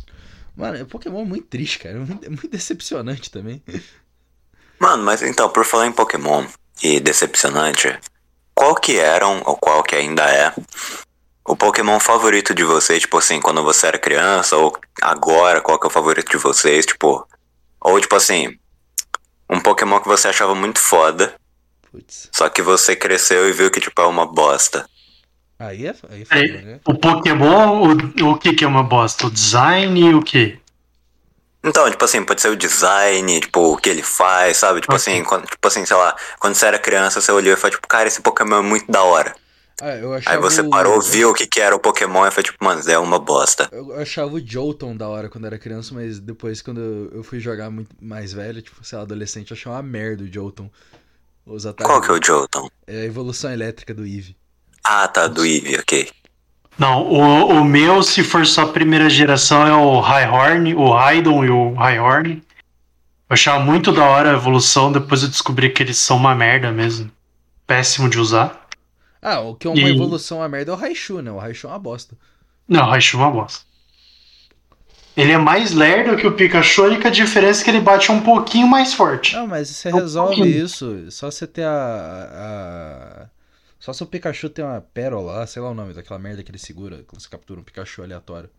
S1: Mano, Pokémon é muito triste, cara. É muito- é muito decepcionante também.
S2: Mano, mas então, por falar em Pokémon e decepcionante, qual que eram, ou qual que ainda é, o Pokémon favorito de vocês, tipo assim, quando você era criança, ou agora, qual que é o favorito de vocês, tipo. Ou tipo assim, um Pokémon que você achava muito foda,
S1: Putz.
S2: só que você cresceu e viu que, tipo, é uma bosta.
S1: Aí é, aí é
S3: Peraí,
S1: foda, né?
S3: O Pokémon, o, o que que é uma bosta? O design e o que?
S2: Então, tipo assim, pode ser o design, tipo, o que ele faz, sabe? Tipo
S3: Ok.
S2: assim, quando, tipo assim, sei lá, quando você era criança, você olhou e falou, tipo, cara, esse Pokémon é muito da hora.
S1: Ah, eu achava
S2: Aí você
S1: o-
S2: parou, viu o que, que era o Pokémon e foi tipo, mano, isso daí é uma bosta.
S1: Eu achava o Jolton da hora quando era criança, mas depois quando eu- eu fui jogar muito mais velho, tipo, sei lá, adolescente, eu achava uma merda o Jolton. Os ataques.
S2: Qual que é o Jolton?
S1: É a evolução elétrica do Eevee.
S2: Ah, tá, do Eevee, ok.
S3: Não, o, o meu, se for só a primeira geração, é o Highhorn, o Raidon e o Highhorn. Eu achava muito da hora a evolução, depois eu descobri que eles são uma merda mesmo. Péssimo de usar.
S1: Ah, o que é uma
S3: E-
S1: evolução a merda é o Raichu, né? O Raichu é uma bosta.
S3: Não, o Raichu é uma bosta. Ele é mais lerdo que o Pikachu, a única diferença é que ele bate um pouquinho mais forte.
S1: Não, mas
S2: É
S1: você
S3: um
S1: resolve
S3: pouquinho.
S1: isso. Só você ter a, a- Só se o Pikachu tem uma pérola, sei lá o nome daquela merda que ele segura quando você captura um Pikachu aleatório.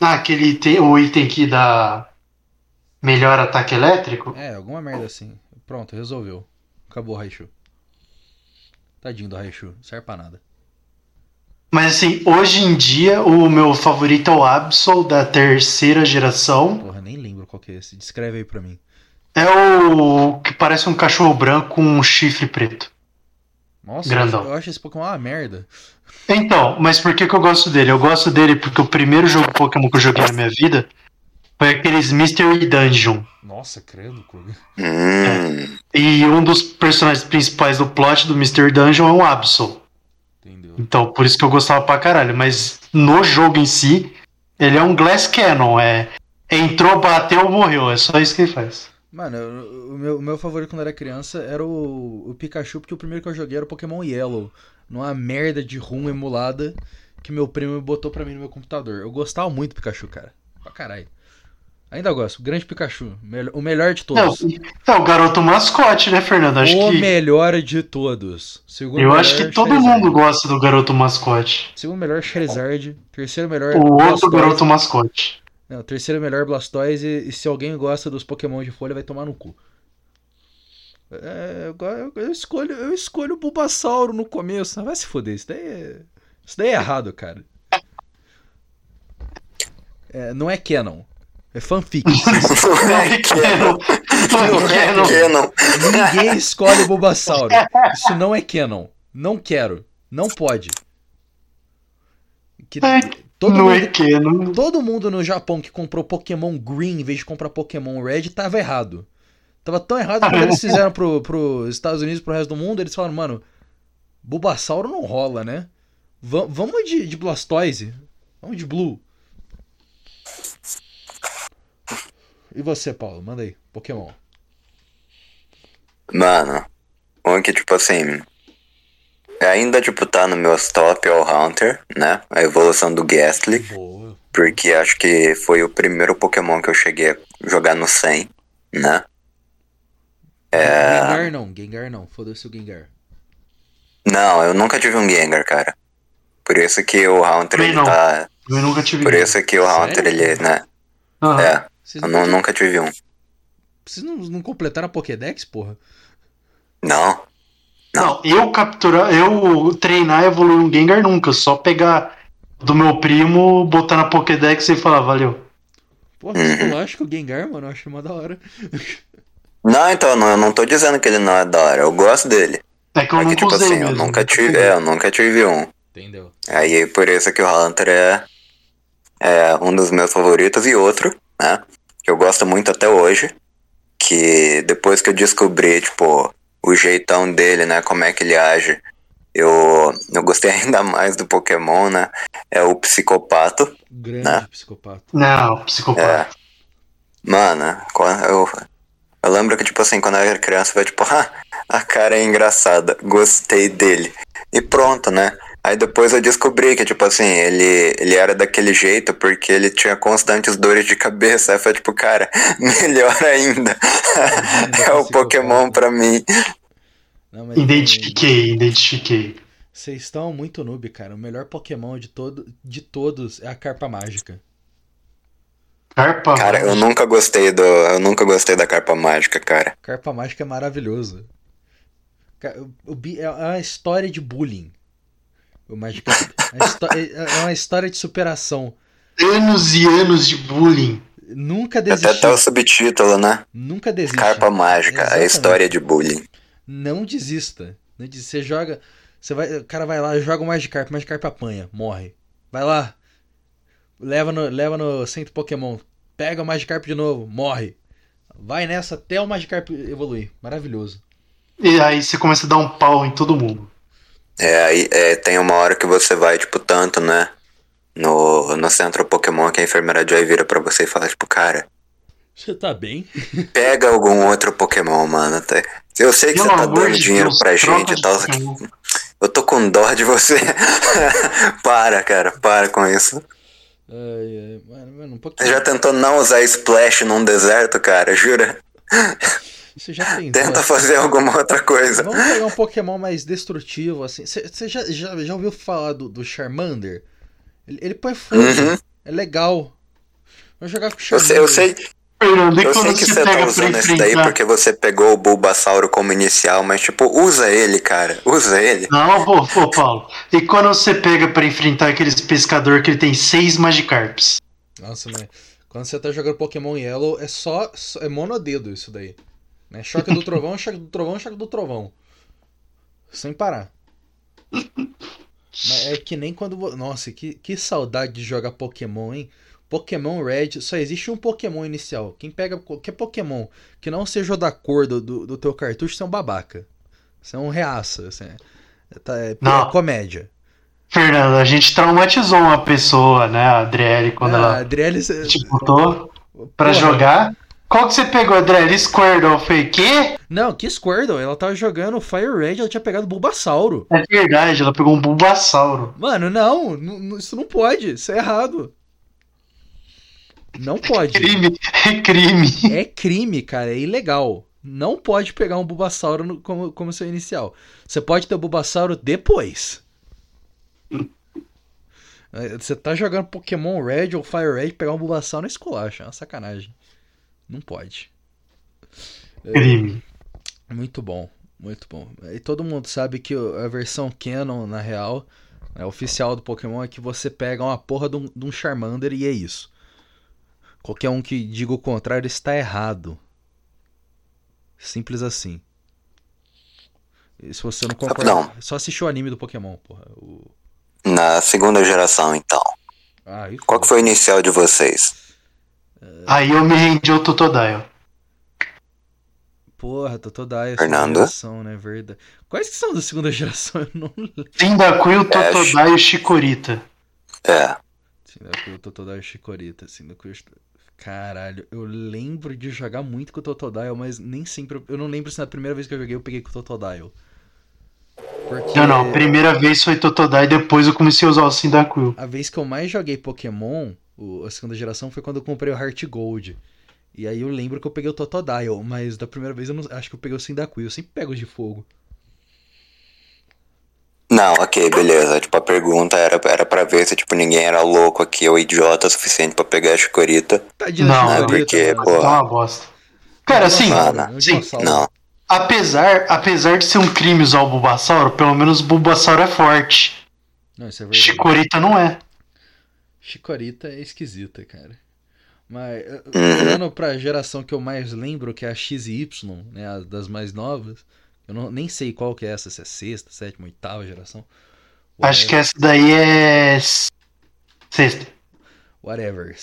S3: Ah, aquele item, o item que dá melhor ataque elétrico?
S1: É, alguma merda assim. Pronto, resolveu. Acabou o Raichu. Tadinho do Raichu, não serve pra nada.
S3: Mas assim, hoje em dia, o meu favorito é o Absol, da terceira geração.
S1: Porra, nem lembro qual que é esse. Descreve aí pra mim.
S3: É o que parece um cachorro branco com um chifre preto.
S1: Nossa,
S3: Grandão.
S1: eu acho esse Pokémon uma merda.
S3: Então, mas por que, que eu gosto dele? Eu gosto dele porque o primeiro jogo Pokémon que eu joguei na minha vida foi aqueles Mystery Dungeon.
S1: Nossa, credo, Koga.
S2: Hum.
S3: E um dos personagens principais do plot do Mystery Dungeon é o Absol.
S1: Entendeu?
S3: Então, por isso que eu gostava pra caralho. Mas no jogo em si, ele é um Glass Cannon. É, entrou, bateu, morreu. É só isso que ele faz.
S1: Mano, eu- o meu, o meu favorito quando era criança era o, o Pikachu, porque o primeiro que eu joguei era o Pokémon Yellow. Numa merda de rum emulada que meu primo botou pra mim no meu computador. Eu gostava muito do Pikachu, cara. Pra caralho. Ainda gosto. Grande Pikachu. mel- o melhor de
S3: Não,
S1: todos.
S3: é o garoto mascote, né, Fernando? Acho
S1: o
S3: que,
S1: melhor de todos. Segundo
S3: eu
S1: melhor,
S3: acho que todo
S1: Charizard.
S3: mundo gosta do garoto mascote.
S1: Segundo melhor, Charizard. Terceiro melhor,
S3: O outro
S1: Blastoise.
S3: garoto mascote.
S2: [LAUGHS]
S1: Não, terceiro melhor, Blastoise. E, se alguém gosta dos Pokémon de folha, vai tomar no cu. É, eu, go- eu- eu escolho, eu escolho o Bulbasauro no começo. Ah, Vai se foder, isso daí é, isso daí é errado, cara. É, não é canon. É
S3: [LAUGHS]
S1: fanfic.
S2: Não é Canon. Não [LAUGHS] é Canon.
S1: Ninguém escolhe o Bulbasauro. Isso não é canon. Não quero. Não pode. Que-
S3: É,
S1: todo
S3: não
S1: mundo
S3: é Canon.
S1: Todo mundo no Japão que comprou Pokémon Green em vez de comprar Pokémon Red tava errado. Tava tão errado que
S3: [LAUGHS]
S1: eles fizeram pro, pro Estados Unidos, pro resto do mundo, eles falaram, mano, Bulbasauro não rola, né? Va- vamos de, de Blastoise. Vamos de Blue. E você, Paulo? Manda aí. Pokémon.
S2: Mano, um que, tipo assim. Ainda, tipo, tá no meus top All Hunter, né? A evolução do Ghastly.
S1: Boa.
S2: Porque acho que foi o primeiro Pokémon que eu cheguei a jogar no 100, né?
S1: Gengar não, Gengar não. Foda-se o Gengar.
S2: Não, eu nunca tive um Gengar, cara. Por isso que o Hunter
S3: Também
S2: ele
S3: não. Uhum.
S2: tá.
S3: Eu nunca tive.
S2: Por isso que o
S1: Sério?
S2: Hunter ele, né?
S3: Aham.
S2: É,
S1: Vocês
S2: eu
S1: não,
S2: nu- nunca tive um.
S1: vocês não- não completaram a Pokédex, porra?
S2: Não.
S3: Não, eu capturar, eu treinar e evoluir um Gengar nunca, só pegar do meu primo, botar na Pokédex e falar, valeu.
S1: Porra,
S2: Uhum.
S1: eu acho que o Gengar, mano, eu acho uma da hora.
S2: Não, então, não, eu não tô dizendo que ele não é da hora. Eu gosto dele.
S3: É que eu
S2: É que,
S3: nunca
S2: tipo
S3: usei
S2: assim, eu
S3: mesmo.
S2: nunca tive. É, eu nunca tive um.
S1: Entendeu?
S2: Aí por isso que o Hunter é, é um dos meus favoritos e outro, né? Que eu gosto muito até hoje. Que depois que eu descobri, tipo, o jeitão dele, né? Como é que ele age. Eu, eu gostei [LAUGHS] ainda mais do Pokémon, né? É o Psicopato.
S1: Grande
S2: Né?
S1: psicopata.
S3: Não, psicopata.
S2: É. Mano, quando eu, eu lembro que, tipo assim, quando eu era criança, eu tipo, [LAUGHS] ah, a cara é engraçada, gostei dele. E pronto, né? Aí depois eu descobri que, tipo assim, ele, ele era daquele jeito porque ele tinha constantes dores de cabeça. Aí foi tipo, cara, [LAUGHS] melhor ainda. é o Pokémon pra mim.
S1: Não,
S2: É.
S1: mas
S3: Identifiquei, identifiquei.
S1: também, Vocês estão muito noob, cara. O melhor Pokémon de, todo, de todos é a Carpa Mágica.
S3: Carpa.
S2: Cara, eu nunca gostei do. Eu nunca gostei da carpa mágica, cara.
S1: Carpa Mágica é maravilhoso. Ca- o bi- É uma história de bullying. O Magic é, histó- é- é uma história de superação.
S3: Anos e anos de bullying.
S1: Nunca
S2: Até, até o
S1: desistir.
S2: subtítulo, né?
S1: Nunca desiste.
S2: Carpa mágica, a
S1: Exatamente.
S2: história de bullying.
S1: Não desista. Não desista. Você joga. Você vai, o cara vai lá, joga o Magikarp, o Magikarp apanha, morre. Vai lá. Leva no, leva no centro Pokémon. Pega o Magikarp de novo, morre. Vai nessa até o Magikarp evoluir. Maravilhoso.
S3: E aí você começa a dar um pau em todo mundo.
S2: É, aí é, tem uma hora que você vai, tipo, tanto, né? No, no centro Pokémon que a enfermeira Joy vira pra você e fala, tipo, cara,
S1: Você tá bem?
S2: pega algum outro Pokémon, mano. tá? Eu sei que você tá dando dinheiro pra gente
S3: troca
S2: e tal.
S3: de
S2: só que
S3: Pokémon.
S2: Eu tô com dó de você. [LAUGHS] para, cara, para com isso.
S1: Ai, ai, mano, mano, um pouquinho.
S2: Você já tentou não usar Splash num deserto, cara, jura?
S1: Você já tentou. assim.
S2: Tenta fazer alguma outra coisa.
S1: Vamos pegar um Pokémon mais destrutivo, assim. Você já, já, já ouviu falar do, do Charmander? Ele, ele põe fogo.
S2: Uhum.
S1: É legal. Vamos jogar com o
S2: Eu
S1: Charmander.
S2: sei, eu sei.
S3: Fernando, e
S2: Eu sei
S3: quando
S2: que
S3: você
S2: você
S3: pega
S2: tá
S3: pra
S2: usando esse daí
S3: enfrentar?
S2: porque você pegou o Bulbasauro como inicial, mas tipo, usa ele, cara. Usa ele.
S3: Não, pô, pô, Paulo. E quando você pega pra enfrentar aqueles pescador que ele tem seis Magikarps?
S1: Nossa, mas quando você tá jogando Pokémon Yellow, é só. só- É monodedo isso daí. Né? Choque do trovão, [LAUGHS] choque do trovão, choque do trovão. Sem parar. Mas é que nem quando. vo- Nossa, que, que saudade de jogar Pokémon, hein? Pokémon Red, só existe um Pokémon inicial. Quem pega qualquer Pokémon que não seja o da cor do, do, do teu cartucho, você é um babaca. Você é um reaça. Você é, tá- é- é
S3: Não.
S1: comédia.
S3: Fernando, a gente traumatizou uma pessoa, né, a Adriele, quando
S1: ah,
S3: ela
S1: Adriele, você-
S3: te botou pra
S1: Porra.
S3: jogar. Qual que você pegou, Adriele? Squirtle. Eu falei, quê?
S1: Não, que Squirtle, ela tava jogando Fire Red, ela tinha pegado Bulbasauro.
S3: É verdade, ela pegou um Bulbasauro.
S1: Mano, não, n- n- isso não pode, isso é errado. Não pode.
S3: [LAUGHS] Crime, é crime.
S1: É crime, cara, é ilegal. Não pode pegar um Bulbasauro no- como, como seu inicial. Você pode ter o Bulbasauro depois. [LAUGHS] Eh, Você tá jogando Pokémon Red ou Fire Red, pegar um Bulbasauro na esculacha, é uma sacanagem. Não pode. É.
S3: Crime.
S1: Muito bom, muito bom. E todo mundo sabe que o- a versão canon, na real, é oficial do Pokémon, é que você pega uma porra de um, de um Charmander e é isso. Qualquer um que diga o contrário está errado. Simples assim. E se você não concorda,
S2: não.
S1: só assistiu o anime do Pokémon, porra. O...
S2: Na segunda geração, então.
S1: Ah, aí
S2: Qual que foi o inicial de vocês?
S3: Aí eu me rendi ao Totodile.
S1: Porra, Totodile,
S2: Fernando?
S1: segunda geração, né? Verdade. Quais que são da segunda geração? [LAUGHS] Eu não
S3: Zindacuil,
S2: É,
S3: Totodile e Chikorita.
S2: É.
S1: Sindacuil, Totodile, Chikorita. Sindacuil... assim, Caralho, eu lembro de jogar muito com o Totodile, mas nem sempre... Eu não lembro se na primeira vez que eu joguei eu peguei com o Totodile. Porque
S3: Não,
S2: é.
S3: não. Primeira vez foi Totodile, depois eu comecei a usar o Cyndaquil.
S1: a vez que eu mais joguei Pokémon, o- a segunda geração, foi quando eu comprei o Heart Gold. E aí eu lembro que eu peguei o Totodile, mas da primeira vez eu não, acho que eu peguei o Sindacuil. Eu sempre pego os de fogo.
S2: Não, ok, beleza. Tipo, a pergunta era, era pra ver se, tipo, ninguém era louco aqui ou idiota o suficiente pra pegar a chicorita.
S1: Tadinho da
S3: Não,
S1: Chikorita,
S2: porque,
S3: é
S1: mano.
S2: pô,
S3: Tá uma bosta. Cara, assim,
S1: Dinossauro,
S2: mano,
S1: é um
S3: sim,
S1: dinossauro.
S2: Não.
S3: apesar, apesar de ser um crime usar o Bulbasauro, pelo menos o Bulbasauro é forte.
S1: Não, isso é verdade.
S3: Chikorita não é.
S1: Chicorita é esquisita, cara. Mas, eh,
S2: Uhum.
S1: olhando pra geração que eu mais lembro, que é a X e Y, né, a das mais novas, eu não, nem sei qual que é essa, se é sexta, sétima, oitava geração.
S3: Acho que essa daí é. s- Sexta.
S1: Whatever.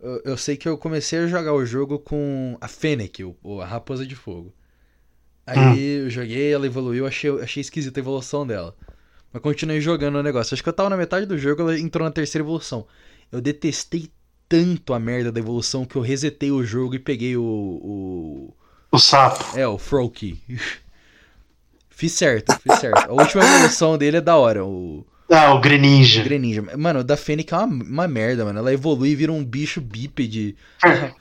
S1: Eu, eu sei que eu comecei a jogar o jogo com a Fennec, o- o- a Raposa de Fogo. Aí
S3: Hum.
S1: eu joguei, ela evoluiu, achei, achei esquisita a evolução dela. Mas continuei jogando o negócio. Acho que eu tava na metade do jogo, ela entrou na terceira evolução. Eu detestei tanto a merda da evolução que eu resetei o jogo e peguei o. o
S3: O sapo.
S1: é, o Froakie. [LAUGHS] fiz certo, fiz certo. A última evolução dele é da hora, o.
S3: Ah, o Greninja.
S1: Greninja. Mano, o da Fênix é uma, uma merda, mano. Ela evolui e vira um bicho bípede.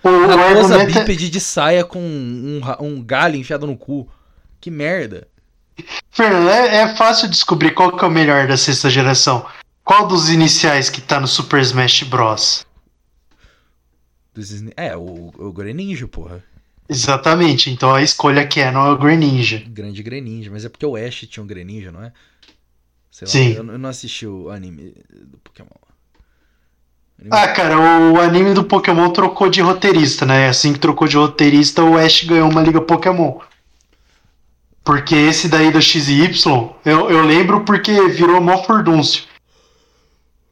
S3: O, o
S1: Raposa
S3: argumento, é-
S1: bípede de saia com um, ra- um galho enfiado no cu. Que merda.
S3: Fernando, é, é fácil descobrir qual que é o melhor da sexta geração. Qual dos iniciais que tá no Super Smash Bros?
S1: Dos Disney- É, o, o Greninja, porra.
S3: Exatamente, então a escolha que é não é o Greninja.
S1: Grande Greninja. Mas é porque o Ash tinha um Greninja, não é? Sei lá,
S3: Sim.
S1: Eu, eu não assisti o anime do Pokémon. Anime-
S3: Ah, cara, o anime do Pokémon trocou de roteirista, né? Assim que trocou de roteirista, o Ash ganhou uma liga Pokémon. Porque esse daí do XY, eu, eu lembro porque virou mó furdúncio.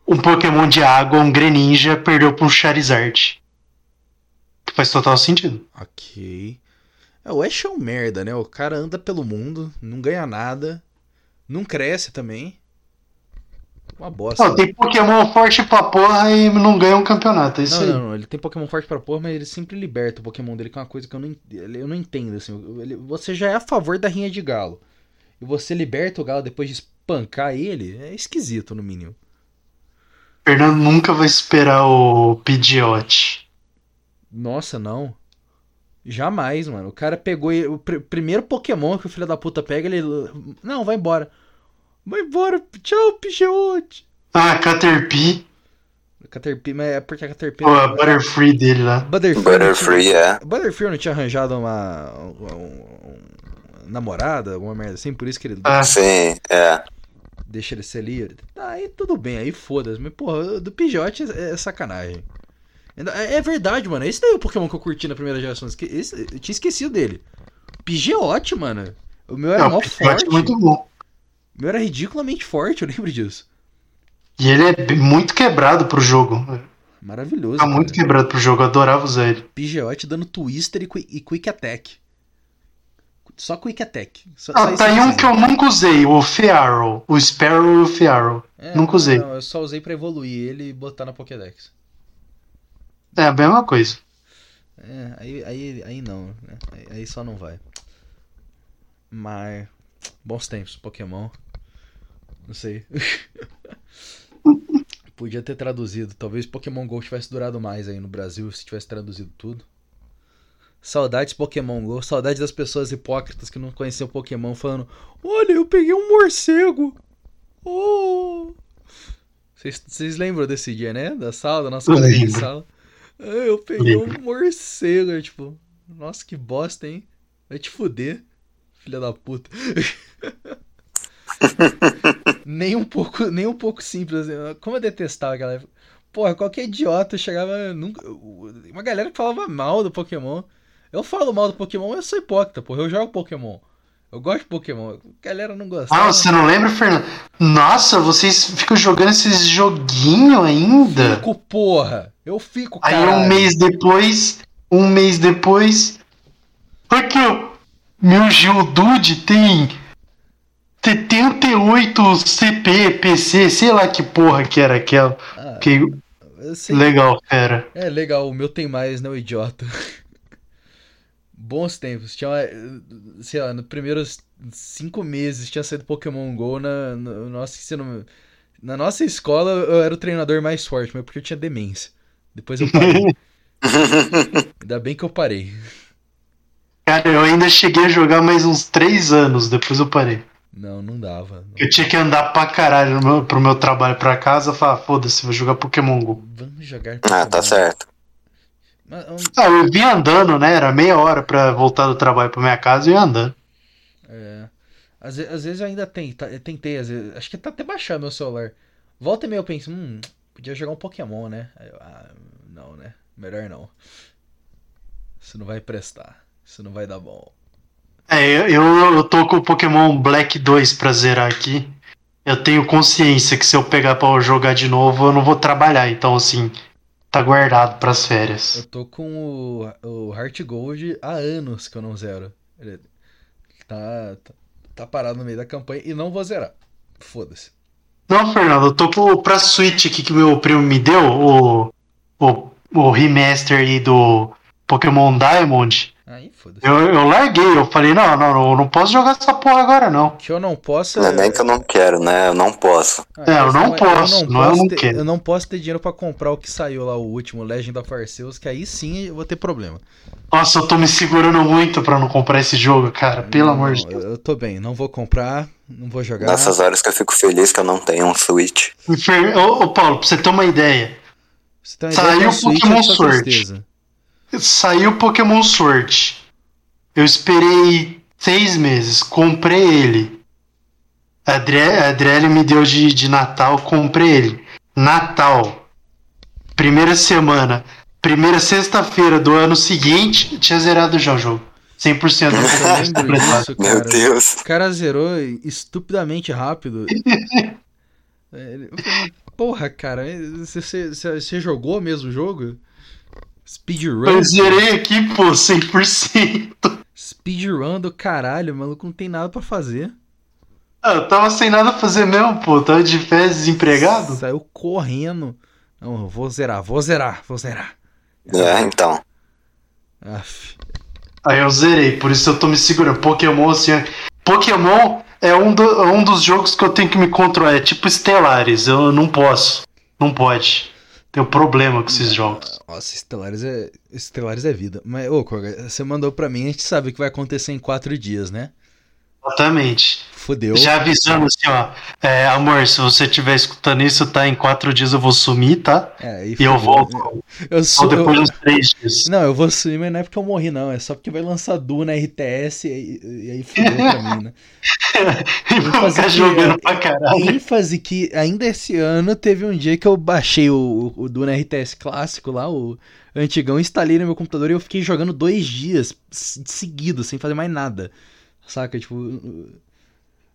S3: Um Pokémon de água, um Greninja, perdeu pro Charizard. Que faz total sentido.
S1: Ok. É, o Ash é um merda, né? O cara anda pelo mundo, não ganha nada, não cresce também. Uma bosta.
S3: Não, Ah, tem Pokémon forte pra porra e não ganha um campeonato, é
S1: Não,
S3: isso aí.
S1: não, não. Ele tem Pokémon forte pra porra, mas ele sempre liberta o Pokémon dele, que é uma coisa que eu não, en- eu não entendo, assim. Ele- você já é a favor da rinha de galo. E você liberta o galo depois de espancar ele, é esquisito, no mínimo.
S3: Fernando nunca vai superar o Pidgeot.
S1: Nossa, não. Jamais, mano. O cara pegou e- o pr- primeiro Pokémon que o filho da puta pega, ele. Não, vai embora. Vai embora. Tchau, Pigeot.
S3: Ah, Caterpie.
S1: Caterpie, mas é porque a Caterpie.
S3: Pô, a Butterfree dele lá.
S1: Butterfree. não
S2: Butterfree, é.
S1: tinha- Butterfree não tinha arranjado uma. um- um- um- namorada, alguma merda assim, por isso que ele
S3: Ah,
S2: Sim, é.
S1: deixa ele ser livre. Tá, Aí tudo bem, aí foda-se. Mas, porra, do Pijote é, é sacanagem. Ainda- É, é verdade, mano. Esse daí é o Pokémon que eu curti na primeira geração. Esque- esse- eu tinha esquecido dele. Pigeote, mano. O meu era
S3: não,
S1: mó
S3: o Pidgeot
S1: forte.
S3: é muito bom.
S1: O meu era ridiculamente forte, eu lembro disso.
S3: E ele é b- muito quebrado pro jogo.
S1: Maravilhoso.
S3: Tá
S1: cara.
S3: muito quebrado pro jogo, eu adorava usar ele.
S1: Pigeote dando Twister e, qui- e Quick Attack. Só Quick Attack. Só, só
S3: Ah,
S1: isso
S3: tá aí um que eu nunca usei, o Fearrow. O Sparrow e o Fearrow.
S1: É,
S3: nunca usei.
S1: Não, eu só usei pra evoluir ele e botar na Pokédex.
S3: É a mesma coisa.
S1: É, aí, aí, aí não, né? Aí, aí só não vai. Mas. Bons tempos, Pokémon. Não sei. [LAUGHS] Podia ter traduzido. Talvez Pokémon GO tivesse durado mais aí no Brasil se tivesse traduzido tudo. Saudades Pokémon GO, saudades das pessoas hipócritas que não conheciam Pokémon falando: Olha, eu peguei um morcego! Oh! Vocês- Vocês lembram desse dia, né? Da sala, da nossa
S3: Eu
S1: colega de
S3: lembro.
S1: sala? Ah, Eu peguei um morcego, eu, tipo, nossa, que bosta, hein? Vai te fuder, filha da puta. [LAUGHS] nem um pouco, nem um pouco simples. assim, Como eu detestava aquela época. Porra, qualquer idiota chegava nunca, uma galera que falava mal do Pokémon. Eu falo mal do Pokémon, eu sou hipócrita, porra, eu jogo Pokémon. Eu gosto de Pokémon. A galera não gostava.
S3: Ah, você não lembra, Fernando? Nossa, vocês ficam jogando esses joguinho
S1: Eu
S3: ainda?
S1: fico, porra. Eu fico,
S3: Aí
S1: cara.
S3: um mês depois, um mês depois. Aqui, ó. Meu Geodude tem 78 CP, PC, sei lá que porra que era aquela.
S1: Ah,
S3: Que
S1: eu sei
S3: legal, cara.
S1: É legal, o meu tem mais, não idiota. [LAUGHS] Bons tempos. Tinha, uma- sei lá, nos primeiros cinco meses tinha saído Pokémon GO na, no nosso ensino- Na nossa escola eu era o treinador mais forte, mas porque eu tinha demência. Depois eu
S2: [LAUGHS]
S1: parei. Ainda bem que eu parei.
S3: Cara, eu ainda cheguei a jogar mais uns 3 anos, depois eu parei.
S1: Não, não dava. Não.
S3: Eu tinha que andar pra caralho no meu- pro meu trabalho pra casa, falar, foda-se, vou jogar Pokémon GO.
S1: Vamos jogar
S2: Ah, tá
S1: Pokémon.
S2: certo. Tá
S1: Mas, um,
S3: Ah, eu vim andando, né? Era meia hora pra voltar do trabalho pra minha casa e ia andando.
S1: É. Às, ve- às vezes eu ainda tenta- eu tentei, às vezes, acho que tá até baixando meu celular. Volta e meia eu penso, hum, podia jogar um Pokémon, né? Aí eu, ah, não, né? Melhor não. Isso não vai prestar. Isso não vai dar bom.
S3: É, eu, eu, eu tô com o Pokémon Black 2 pra zerar aqui. Eu tenho consciência que se eu pegar pra jogar de novo, eu não vou trabalhar. Então, assim, tá guardado pras
S1: Eu
S3: férias.
S1: tô com o, o Heart Gold há anos que eu não zero. Ele tá, tá, tá parado no meio da campanha e não vou zerar. Foda-se.
S3: Não, Fernando, eu tô pro, pra Switch aqui que meu primo me deu, o, o, o remaster aí do Pokémon Diamond.
S1: Aí, foda-se.
S3: Eu, eu larguei, eu falei, não, não, não, eu não posso jogar essa porra agora, não.
S1: Que eu não posso.
S2: Não é nem que eu não quero, né? Eu não posso.
S1: Ah,
S3: É, eu
S1: mas
S3: não
S1: é-
S3: posso, não é eu não
S1: ter,
S3: quero.
S1: Eu não posso ter dinheiro pra comprar o que saiu lá, o último, Legend of Arceus, que aí sim eu vou ter problema.
S3: Nossa, eu tô me segurando muito pra não comprar esse jogo, cara. Pelo
S1: Não,
S3: amor de
S1: eu- Eu tô bem, não vou comprar, não vou jogar.
S2: Nessas horas que eu fico feliz que eu não tenho um Switch.
S3: Deus. Fer- Ô, ô, Paulo, pra você ter uma ideia.
S1: Você tem uma
S3: Saiu
S1: ideia,
S3: o
S1: Switch é
S3: Pokémon
S1: só
S3: Sword. [LAUGHS]
S1: tristeza.
S3: Saiu Pokémon Sword. Eu esperei seis meses, comprei ele. A Adre- a Adriele me deu de, de Natal, comprei ele. Natal. Primeira semana. Primeira sexta-feira do ano seguinte, tinha zerado já o jogo. 100%
S1: Eu lembro
S3: completado.
S1: disso,
S2: Meu
S1: cara.
S2: Deus.
S1: O cara zerou estupidamente
S3: [LAUGHS]
S1: rápido. É, ele- eu falei, Porra, cara, é, você- você você- você jogou mesmo o jogo? Speedrun?
S3: Eu zerei aqui, pô, 100%.
S1: Speedrun do caralho, o maluco não tem nada pra fazer.
S3: Ah, [LAUGHS] Eu tava sem nada a fazer mesmo, pô. Tava de férias desempregado.
S1: Saiu correndo. Não, eu vou zerar, vou zerar, vou zerar.
S2: É, então.
S1: Aff.
S3: Aí eu zerei, por isso eu tô me segurando. Pokémon, assim. é- Pokémon é um, do- é um dos jogos que eu tenho que me controlar. É tipo Estelares, eu não posso. Não pode. Tenho problema com esses jogos.
S1: Nossa, Estelares é, Estelares é vida. Mas, ô, Koga, você mandou pra mim, a gente sabe o que vai acontecer em quatro dias, né?
S3: Exatamente.
S1: Fudeu.
S3: Já avisando assim, ó. é, amor, se você estiver escutando isso, tá? Em quatro dias eu vou sumir, tá?
S1: É, aí
S3: E eu
S1: fudeu.
S3: volto.
S1: Eu
S3: Ou
S1: sou.
S3: depois
S1: eu-
S3: de uns três dias. [LAUGHS]
S1: Não, eu vou sumir, mas não é porque eu morri, não. É só porque vai lançar Du na RTS e, aí- e aí fudeu pra mim, né?
S3: E vou
S1: fazer
S3: ficar
S1: que-
S3: jogando pra [LAUGHS] caralho.
S1: ênfase que ainda esse ano teve um dia que eu baixei o, o, o Duna RTS clássico lá, o antigão, instalei no meu computador e eu fiquei jogando dois dias se- seguidos, sem fazer mais nada. Saca? Tipo.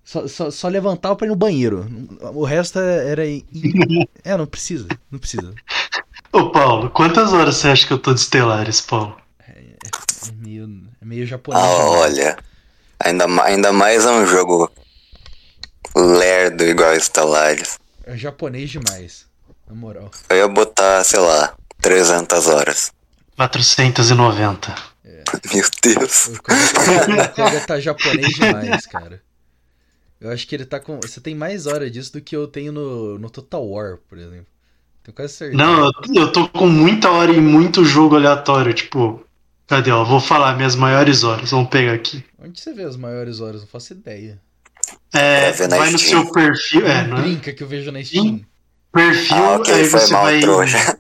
S1: Só, só, só levantava pra ir no banheiro. O resto era. em- É, não precisa. Não precisa.
S3: Ô, Paulo, quantas horas você acha que eu tô de Estelares, Paulo?
S1: É meio, é meio japonês.
S2: Ah,
S1: né?
S2: olha. Ainda, ma- ainda mais é um jogo lerdo igual Estalares.
S1: É japonês demais. Na moral.
S2: Eu ia botar, sei lá, 300 horas. [LAUGHS]
S3: 490.
S2: Meu Deus.
S1: O Koga, o Koga tá japonês demais, cara. Eu acho que ele tá com. Você tem mais hora disso do que eu tenho no, no Total War, por exemplo. Tenho quase certeza.
S3: Não, eu, eu tô com muita hora e muito jogo aleatório. Tipo, cadê? Ó, vou falar minhas maiores horas. Vamos pegar aqui.
S1: Onde você vê as maiores horas? Não faço ideia.
S3: É,
S2: Pra ver na
S3: vai no
S2: Steam.
S3: seu perfil. É,
S1: Não
S3: não é?
S1: Brinca que eu vejo na Steam.
S3: Perfil,
S2: Ah, ok,
S3: aí
S2: foi
S3: você
S2: mal,
S3: vai.
S2: trouxa.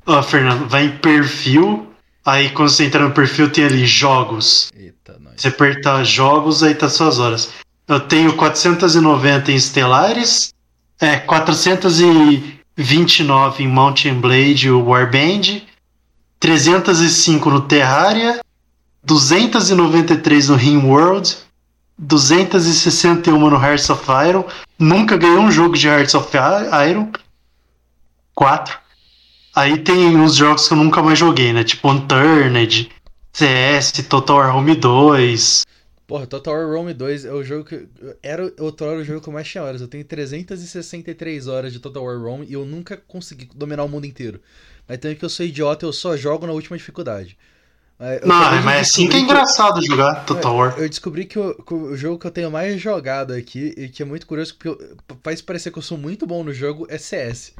S2: [LAUGHS]
S3: Ó, Fernando, vai em perfil. Aí quando você entra no perfil, tem ali jogos.
S1: Eita, nós.
S3: Você apertar jogos, aí tá suas horas. Eu tenho 490 em Estelares, é, 429 em Mountain Blade e o Warband, 305 no Terraria, 293 no Rimworld, 261 no Hearts of Iron. Nunca ganhei um jogo de Hearts of I- Iron. 4. Aí tem uns jogos que eu nunca mais joguei, né? Tipo Unturned, CS, Total War Home 2.
S1: Porra, Total War Rome 2 é o jogo que. Era outrora o jogo que eu mais tinha horas. Eu tenho 363 horas de Total War Rome e eu nunca consegui dominar o mundo inteiro. Mas também que eu sou idiota, eu só jogo na última dificuldade. Mas eu acabei
S3: Não,
S1: de
S3: mas assim que é
S1: descobrir
S3: engraçado jogar Total War.
S1: Eu descobri que o, que o jogo que eu tenho mais jogado aqui, e que é muito curioso, porque eu- faz parecer que eu sou muito bom no jogo, é CS.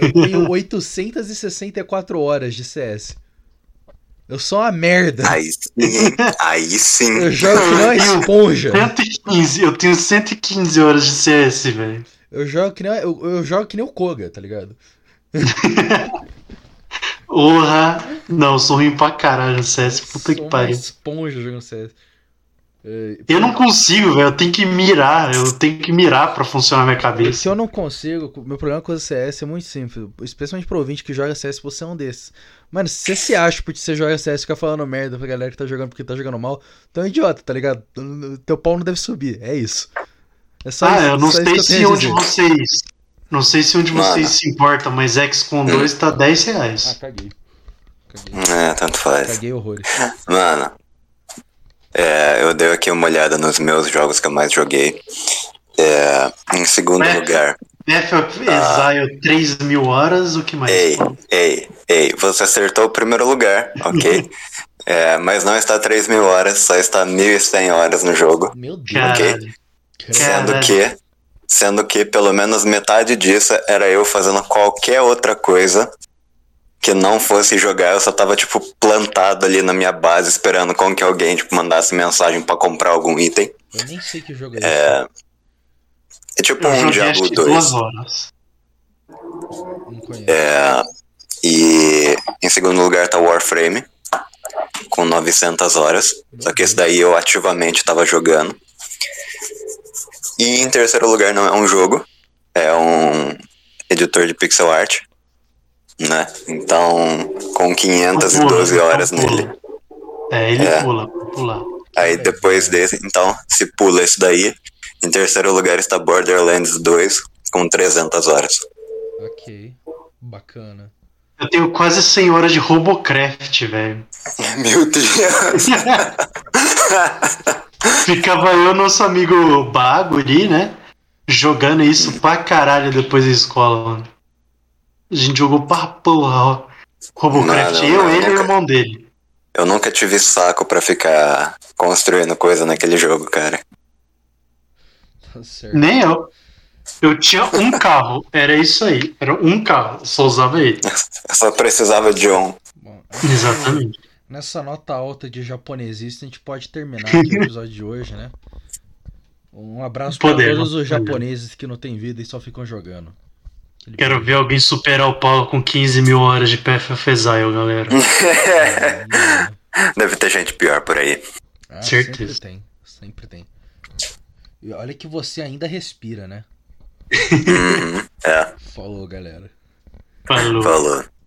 S1: Eu
S3: [LAUGHS]
S1: tenho 864 horas de CS. Eu sou uma merda.
S2: Aí sim, hein? Aí
S1: Eu
S2: sim.
S1: jogo que nem uma esponja.
S3: 115, eu tenho 115 horas de CS, velho.
S1: Eu jogo que nem, eu, eu jogo que nem o Koga, tá ligado?
S3: Porra! Não, eu sou ruim pra caralho no CS, puta
S1: sou
S3: que
S1: uma
S3: pariu.
S1: esponja jogando CS. É,
S3: Eu não consigo, velho, eu tenho que mirar, eu tenho que mirar pra funcionar minha cabeça.
S1: Se eu não consigo, meu problema com o CS é muito simples. Especialmente pro ouvinte que joga CS, você é um desses. Mano, se você se acha porque você joga CS e fica falando merda pra galera que tá jogando porque tá jogando mal, então é um idiota, tá ligado? Teu pau não deve subir, é isso. É só
S3: Ah,
S1: isso,
S3: eu não
S1: só isso
S3: sei
S1: que
S3: se
S1: tenho a
S3: onde
S1: dizer.
S3: vocês. Não sei se onde
S2: Mano. Hum.
S3: vocês se importam, mas X com 2 tá 10
S1: Ah,
S3: reais.
S1: caguei. Caguei,
S2: É, tanto faz.
S1: caguei horrores.
S2: Mano, é, eu dei aqui uma olhada nos meus jogos que eu mais joguei. É, em segundo
S3: É.
S2: lugar,
S3: Death of Exile, 3 mil horas, o que mais?
S2: Ah. Ei, ei, ei, você acertou o primeiro lugar,
S3: [LAUGHS]
S2: ok? É, mas não está 3 mil horas, só está 1.100 horas no jogo.
S1: Meu Deus.
S3: Caralho.
S1: cara.
S2: Sendo
S3: Caralho.
S2: que, sendo que pelo menos metade disso era eu fazendo qualquer outra coisa que não fosse jogar. Eu só tava, tipo, plantado ali na minha base, esperando com que alguém, tipo, mandasse mensagem pra comprar algum item.
S1: Eu nem sei que jogo é esse.
S2: É tipo
S3: Eu
S2: um
S3: joguei Uhum. acho
S2: Diablo
S3: que
S2: 2.
S3: duas horas.
S1: Não conheço.
S3: É.
S2: É, E em segundo lugar tá Warframe, com 900 horas. Só que esse daí eu ativamente tava jogando. E em terceiro lugar não é um jogo, é um editor de pixel art, né? Então, com 512
S3: Pula,
S2: horas
S3: então
S2: nele.
S3: pula. É, ele pula, pula.
S2: Aí depois desse, então, se pula esse daí. Em terceiro lugar está Borderlands 2, com 300 horas.
S1: Ok. Bacana.
S3: Eu tenho quase 100 horas de Robocraft, velho.
S2: [LAUGHS] [LAUGHS] Meu Deus!
S3: Ficava eu e nosso amigo Bago ali, né? Jogando isso pra caralho depois da escola, mano. A gente jogou pra porra, ó. Robocraft,
S2: Não, não,
S3: eu,
S2: não,
S3: ele e o
S2: nunca.
S3: irmão dele.
S2: Eu nunca tive saco pra ficar construindo coisa naquele jogo, cara.
S1: Tá certo.
S3: Nem eu. Eu tinha um carro, era isso aí.
S2: [LAUGHS]
S3: Era um carro, só usava ele.
S2: Eu só precisava de um.
S1: Bom,
S3: Exatamente.
S1: Nessa nota alta de japonesista, a gente pode terminar aqui o episódio de hoje, né? Um abraço para
S3: Podemos,
S1: todos os
S3: podemos.
S1: japoneses que não têm vida e só ficam jogando. Aquele
S3: Quero ver alguém superar o Paulo com 15 mil horas de PFF Exile, galera.
S1: Ah,
S2: Deve ter gente pior por aí.
S3: Certeza.
S1: Sempre tem, sempre tem. E olha que você ainda respira, né?
S2: Uhum. É,
S1: Falou, galera.
S3: Falou.
S2: falou.